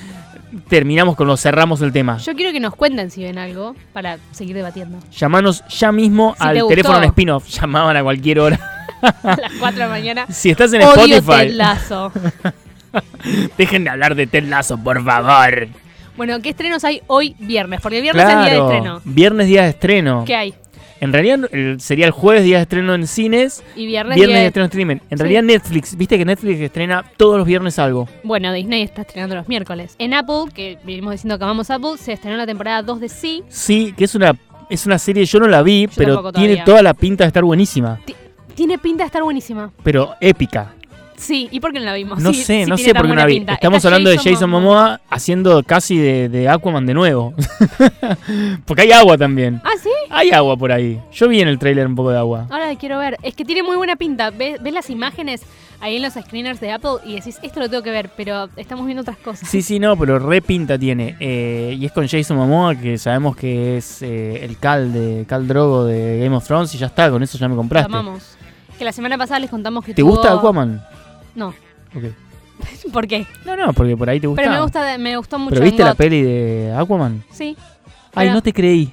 A: terminamos con lo, cerramos el tema.
B: Yo quiero que nos cuenten si ven algo para
A: (laughs)
B: seguir debatiendo.
A: Llamanos ya mismo
B: Si
A: al
B: te gustó.
A: teléfono en spin-off. Llamaban a cualquier hora. (laughs)
B: A las 4 de la mañana.
A: Si estás en
B: Odio este
A: Spotify.
B: Ted Lasso.
A: Dejen de hablar de Ted Lasso, por favor.
B: Bueno, ¿qué estrenos hay hoy viernes? Porque el viernes es el día de estreno.
A: Viernes día de estreno.
B: ¿Qué hay?
A: En realidad el- sería el jueves día de estreno en cines,
B: Y
A: viernes
B: viernes, día
A: día de
B: de-
A: estreno en streaming. En
B: Sí.
A: realidad Netflix, viste que Netflix estrena todos los viernes algo.
B: Bueno, Disney está estrenando los miércoles. En Apple, que vivimos diciendo que amamos Apple, se estrenó la temporada 2 de Sí.
A: Sí, que es una es una serie, yo no la vi,
B: Yo
A: pero
B: tampoco
A: tiene
B: todavía.
A: toda la pinta de estar buenísima,
B: Tiene pinta de estar buenísima.
A: pero épica.
B: Sí, ¿y por qué no la vimos?
A: No
B: Oh, Sí,
A: sé,
B: sí
A: no
B: tiene
A: sé
B: tan
A: por qué no
B: buena
A: la vi.
B: pinta.
A: Estamos
B: Está
A: hablando de Jason Momoa, haciendo casi de, de Aquaman de nuevo. (laughs) Porque hay agua también.
B: Ah, sí,
A: Hay agua por ahí. Yo vi en el tráiler un poco de agua.
B: ahora la quiero ver. Es que tiene muy buena pinta. ¿Ves, ves las imágenes ahí en los screeners de Apple y decís, esto lo tengo que ver, pero estamos viendo otras cosas.
A: Sí, sí, no, pero re pinta tiene. Eh, y es con Jason Momoa, que sabemos que es eh, el Cal de Cal Drogo de Game of Thrones y ya está, con eso ya me
B: Lo
A: compraste.
B: amamos. Que la semana pasada les contamos que
A: ¿Te
B: tuvo-
A: gusta Aquaman?
B: No.
A: Ok.
B: ¿Por qué?
A: No, no, porque por ahí te gusta.
B: Pero me, gusta, me gustó mucho.
A: ¿Pero viste la
B: God.
A: peli de Aquaman?
B: Sí.
A: Ay,
B: Pero-
A: no te creí.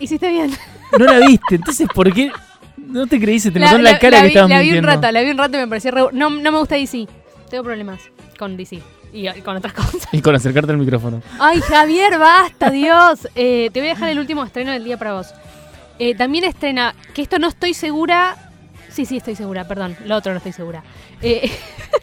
B: Hiciste bien.
A: No la viste, entonces ¿por qué? No te creí, se te notó en la, cara que
B: vi,
A: estabas
B: la vi un
A: mintiendo.
B: rato, la vi un rato y me pareció re... no, no me gusta DC. Tengo problemas con DC y eh, con otras (laughs) cosas.
A: Y con acercarte al micrófono.
B: Ay, Javier, basta, Dios. Eh, te voy a dejar el último estreno del día para vos. Eh, también estrena, que esto no estoy segura. Sí, sí, estoy segura, perdón. Lo otro no estoy segura. Eh,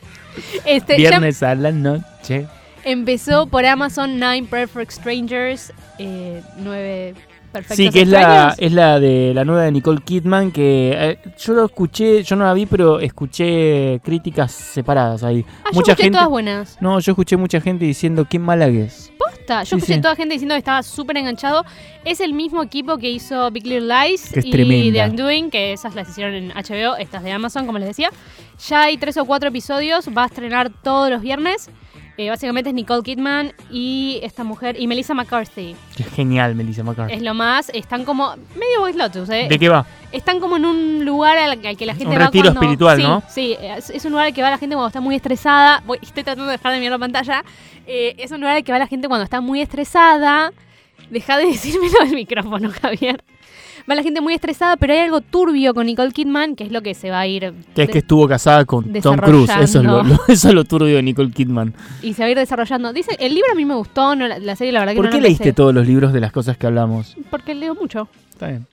B: (laughs) este, ya
A: Viernes a la noche.
B: empezó por Amazon Nine Perfect Strangers. Eh, nueve perfectos
A: Sí, que es la, eh,
B: extraños.
A: es la de la nueva de Nicole Kidman, que eh, yo lo escuché, yo no la vi, pero escuché críticas separadas ahí.
B: Ah, yo escuché todas buenas.
A: No, yo escuché mucha gente diciendo qué mala que es.
B: Posta. Yo
A: Sí,
B: escuché
A: sí.
B: toda gente diciendo que estaba súper enganchado. Es el mismo equipo que hizo Big Little Lies
A: Que es
B: y
A: tremenda.
B: The Undoing, que esas las hicieron en HBO, estas de Amazon, como les decía. Ya hay tres o cuatro episodios, va a estrenar todos los viernes. Eh, básicamente es Nicole Kidman y esta mujer, y Melissa McCarthy.
A: Qué genial, Melissa McCarthy.
B: Es lo más, están como, medio Boys Lotus, ¿eh?
A: Ah. ¿De qué va?
B: Están como en un lugar al, al que la gente
A: Un
B: va
A: retiro
B: cuando-
A: espiritual,
B: sí,
A: ¿no?
B: Sí, es, es un lugar al que va la gente cuando está muy estresada. Voy- estoy tratando de dejar de mirar la pantalla. Eh, es un lugar al que va la gente cuando está muy estresada. Deja de (laughs) decírmelo del micrófono, Javier. Va la gente muy estresada, pero hay algo turbio con Nicole Kidman, que es lo que se va a ir
A: Que es que
B: de-
A: estuvo casada con Tom Cruise. Eso es lo,
B: Desarrollando.
A: lo- (laughs) eso es lo turbio de Nicole Kidman.
B: y se va a ir desarrollando. Dice, el libro a mí me gustó, no, la, la serie la verdad que
A: ¿Por
B: no
A: qué
B: la
A: leíste
B: empecé.
A: todos los libros de las cosas que hablamos?
B: Porque leo mucho.
A: Está bien.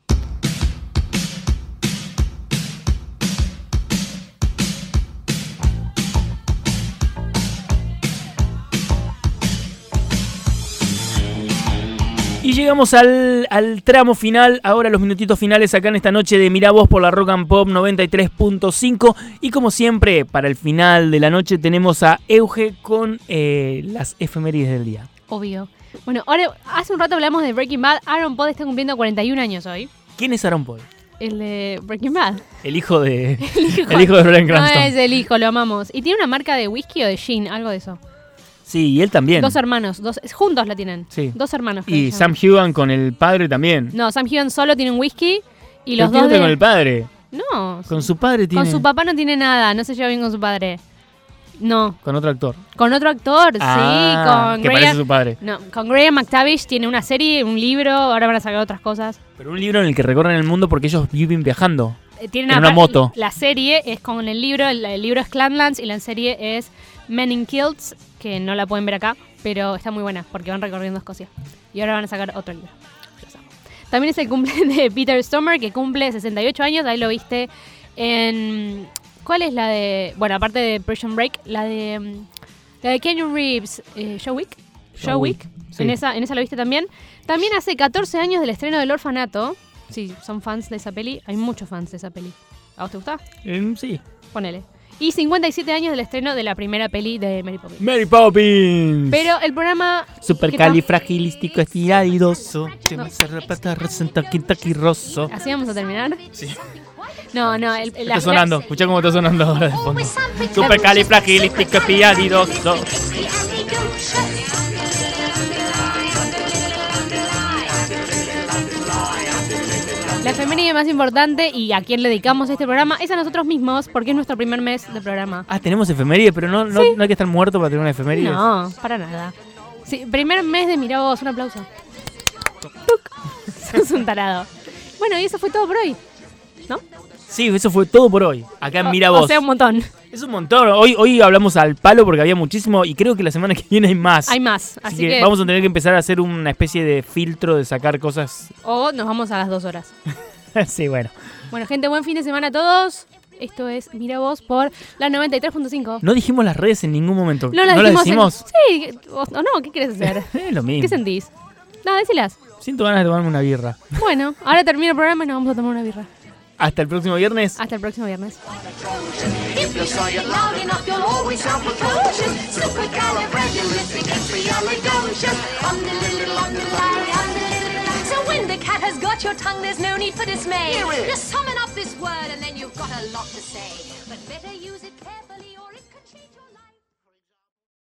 A: Y llegamos al, al tramo final, ahora los minutitos finales acá en esta noche de Mirá Vos por la Rock and Pop 93.5. Y como siempre, para el final de la noche tenemos a Euge con eh, las efemérides del día.
B: Obvio. Bueno, ahora hace un rato hablamos de Breaking Bad. Aaron Paul está cumpliendo 41 años hoy.
A: ¿Quién es Aaron Paul?
B: El de Breaking Bad.
A: El hijo de,
B: (laughs) El hijo.
A: el hijo de Brian
B: No
A: Cranston.
B: es el hijo, lo amamos. Y tiene una marca de whisky o de gin, algo de eso.
A: Sí, y él también.
B: Dos hermanos, dos, juntos la tienen.
A: Sí.
B: Dos hermanos. creo
A: Y
B: que se
A: Sam Hugan con el padre también.
B: llaman. No, Sam Hewan solo tiene un whisky y los
A: Pero tiene
B: dos. de-
A: con el padre.
B: No,
A: Con su padre tiene.
B: con su papá no tiene nada, no se lleva bien con su padre. No,
A: Con otro actor.
B: con otro actor,
A: Ah,
B: sí, con
A: Que parece
B: Graham.
A: su padre.
B: No, con Graham McTavish tiene una serie, un libro, ahora van a sacar otras cosas.
A: Pero un libro en el que recorren el mundo porque ellos viven viajando.
B: Eh, Tienen
A: En una
B: apar-
A: moto.
B: La serie es con el libro, el, el libro es Clanlands y la serie es Men in Kilts, que no la pueden ver acá, pero está muy buena porque van recorriendo Escocia. Y ahora van a sacar otro libro. Los amo. También es el cumple de Peter Stormer, que cumple 68 años, ahí lo viste en... ¿Cuál es la de...? Bueno, aparte de Prison Break, la de... mm, La de Kenyon Reeves, eh, Showwick. Showwick.
A: sí.
B: En, esa, en esa lo viste también. También hace 14 años del estreno del Orfanato. Si son fans de esa peli, hay muchos fans de esa peli. ¿A vos te gusta?
A: Em, sí.
B: Ponele. Y 57 años del estreno de la primera peli de Mary Poppins.
A: Mary Poppins.
B: Pero el programa...
A: Supercalifragilístico estiralidoso. roso.
B: ¿Así vamos a terminar? Sí. No, no, el,
A: Está
B: el- la- Oh, pues,
A: sonando. Escucha cómo está sonando ahora de fondo.
B: ah.
F: Supercalifragilístico
A: Supercalifragilisticoespialidoso.
B: La femenina más importante y a quién le dedicamos este programa es a nosotros mismos porque es nuestro primer mes de programa.
A: Ah, tenemos efemérides, pero no, no, no hay que estar muerto para tener una efeméride.
B: No, para nada. Sí, primer mes de Mirá Vos, un aplauso. Tuk. Sos un tarado. Bueno, y eso fue todo por hoy. ¿No?
A: Sí, eso fue todo por hoy. Acá en Mira
B: O-
A: Vos.
B: O sea, un montón.
A: Es un montón. Hoy, hoy hablamos al palo porque había muchísimo y creo que la semana que viene hay más.
B: Hay más.
A: Así
B: Así
A: que,
B: que,
A: vamos a tener que empezar a hacer una especie de filtro de sacar cosas. (laughs)
B: O nos vamos a las dos horas.
A: sí, bueno.
B: Bueno, gente, buen fin de semana a todos. Esto es Mira Vos por la 93.5.
A: No dijimos las redes en ningún momento.
B: No las
A: ¿No
B: dijimos.
A: decimos?
B: en- Sí, o, o no, ¿qué quieres
A: (laughs)
B: hacer?
A: es lo mismo.
B: ¿Qué sentís? Nada, decilas.
A: Siento ganas de tomarme una birra.
B: Bueno, ahora termina el programa y nos vamos a tomar una birra.
A: Hasta el próximo viernes.
B: Hasta el próximo viernes.
G: If you say it loud enough, you'll always sound precocious. Supercalifragilisticexpialidocious. Umdililidilumdilai,
H: So when the cat has got your tongue, there's no need for dismay. Just summon up this word, and then you've got a lot to say. But better